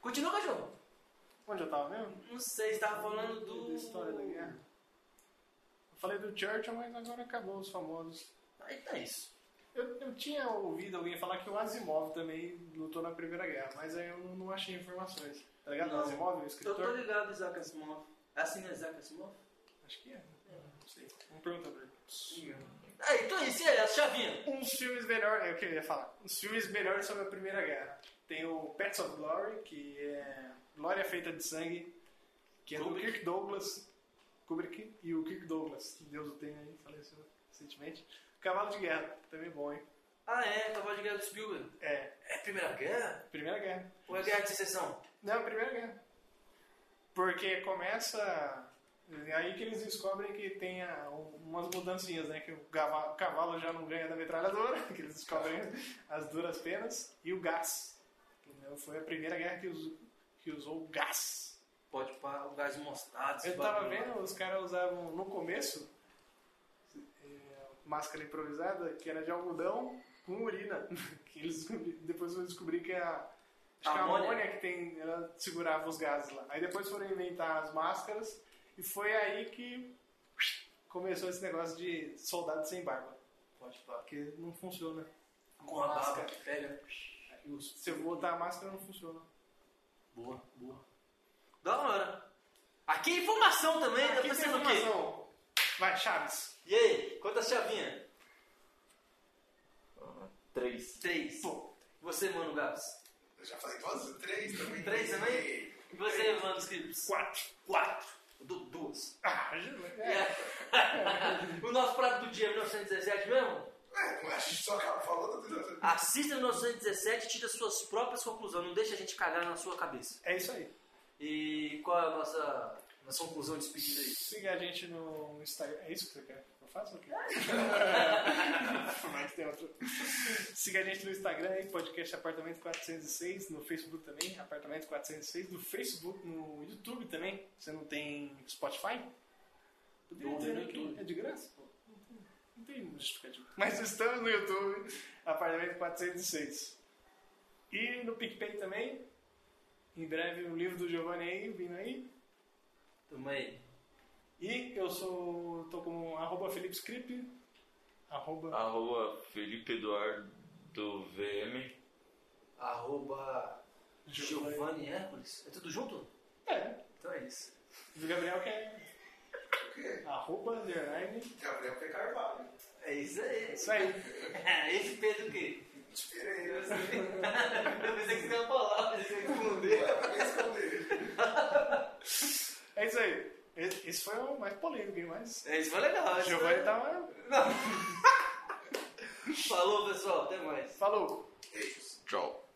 Speaker 1: Continua, cachorro.
Speaker 3: Onde eu tava mesmo?
Speaker 1: Não sei, você tava Tá falando do...
Speaker 3: Da história da guerra. Eu falei do Churchill, mas agora acabou os famosos.
Speaker 1: Aí tá isso.
Speaker 3: Eu, eu tinha ouvido alguém falar que o Asimov também lutou na Primeira Guerra, mas aí eu não, não achei informações. Tá ligado?
Speaker 1: Não.
Speaker 3: O Asimov, o
Speaker 1: Eu tô
Speaker 3: escritor?
Speaker 1: ligado, Isaac Asimov. É assim, né, Isaac Asimov?
Speaker 3: Acho que é. Não sei. Vamos perguntar pra ele.
Speaker 1: Aí, então é isso, e aí, a chavinha?
Speaker 3: Uns filmes melhores, é o que eu ia falar. Uns filmes melhores sobre a Primeira Guerra. Tem o Pets of Glory, que é Glória Feita de Sangue, que é do
Speaker 1: Kubrick.
Speaker 3: Kirk Douglas. Kubrick e o Kirk Douglas, que Deus o tenha aí, faleceu recentemente. Cavalo de Guerra, também bom, hein?
Speaker 1: Ah, é, Cavalo de Guerra do Spielberg.
Speaker 3: É,
Speaker 1: É Primeira Guerra?
Speaker 3: Primeira Guerra.
Speaker 1: Ou é Guerra de Secessão?
Speaker 3: Não, Primeira Guerra. Porque começa. é Aí que eles descobrem que tem a- umas mudancinhas, né? Que o gava- cavalo já não ganha da metralhadora, que eles descobrem as duras penas, e o gás. Entendeu? Foi a primeira guerra que usou, que usou o gás.
Speaker 1: Pode para o gás mostarda. esse
Speaker 3: Eu tava
Speaker 1: bagulho.
Speaker 3: vendo, os caras usavam no começo é, máscara improvisada que era de algodão com urina. Que eles descobri- depois eu descobri que é a, acho que a
Speaker 1: Amônia.
Speaker 3: amônia que tem, ela segurava os gases lá. Aí depois foram inventar as máscaras e foi aí que começou esse negócio de soldado sem barba.
Speaker 1: Pode para.
Speaker 3: Porque não funciona.
Speaker 1: Com a barba
Speaker 3: Máscara.
Speaker 1: que pega.
Speaker 3: Se eu botar a máscara, não funciona.
Speaker 1: Boa, boa. Da hora. Aqui é informação também, tá
Speaker 3: Aqui Ah, tem
Speaker 1: pensando o quê?
Speaker 3: informação. Vai, Chaves.
Speaker 1: E aí, quantas chavinhas?
Speaker 5: Três.
Speaker 1: Três.
Speaker 3: Pô.
Speaker 1: Você, Mano Gabs.
Speaker 4: Eu já falei duas, três também.
Speaker 1: Três também? E você, Mano Scripps?
Speaker 3: Quatro.
Speaker 1: Quatro. Du- Duas.
Speaker 3: Ah, já- é.
Speaker 1: É. o nosso prato do dia é 1917 mesmo?
Speaker 4: É, mas a gente só acabou falando do-
Speaker 1: Assista 1917 e tira suas próprias conclusões. Não deixa a gente cagar na sua cabeça.
Speaker 3: é isso aí.
Speaker 1: E qual é a nossa, nossa conclusão de despedida aí?
Speaker 3: Siga a gente no Instagram. É isso que você quer? Eu faço o quê? Mas tem outro. Siga a gente no Instagram, aí, podcast Apartamento 406, no Facebook também, Apartamento 406, no Facebook, no YouTube também. Você não tem Spotify? Poderia
Speaker 1: Não,
Speaker 3: ter,
Speaker 1: no
Speaker 3: né?
Speaker 1: YouTube.
Speaker 3: É de graça, pô. Não tem- Não tem justificativo. Mas estamos no YouTube, Apartamento 406. E no PicPay também. Em breve o livro do Giovanni aí, vindo aí.
Speaker 1: Tamo aí.
Speaker 3: E eu sou. tô com arroba Felipe Scrip, arroba
Speaker 5: Arroba Felipe Eduardo VM.
Speaker 1: Arroba
Speaker 3: Giovanni.
Speaker 1: Giovanni Hércules. É tudo junto?
Speaker 3: É,
Speaker 1: Então é isso.
Speaker 3: do Gabriel que é arroba underline.
Speaker 4: Gabriel P. Carvalho.
Speaker 1: É isso aí.
Speaker 3: Isso aí.
Speaker 1: É, esse Pedro o quê?
Speaker 4: Esperei,
Speaker 1: Eu
Speaker 4: né?
Speaker 1: pensei que você ia falar, pensei que você ia responder.
Speaker 4: Esconder.
Speaker 3: É isso aí. Esse esse foi o mais polêmico, hein? Mas.
Speaker 1: É, Isso foi legal.
Speaker 3: O
Speaker 1: isso
Speaker 3: Giovanni
Speaker 1: foi-
Speaker 3: tava.
Speaker 1: Falou, pessoal. Até mais.
Speaker 3: Falou!
Speaker 4: Beijos.
Speaker 5: Tchau.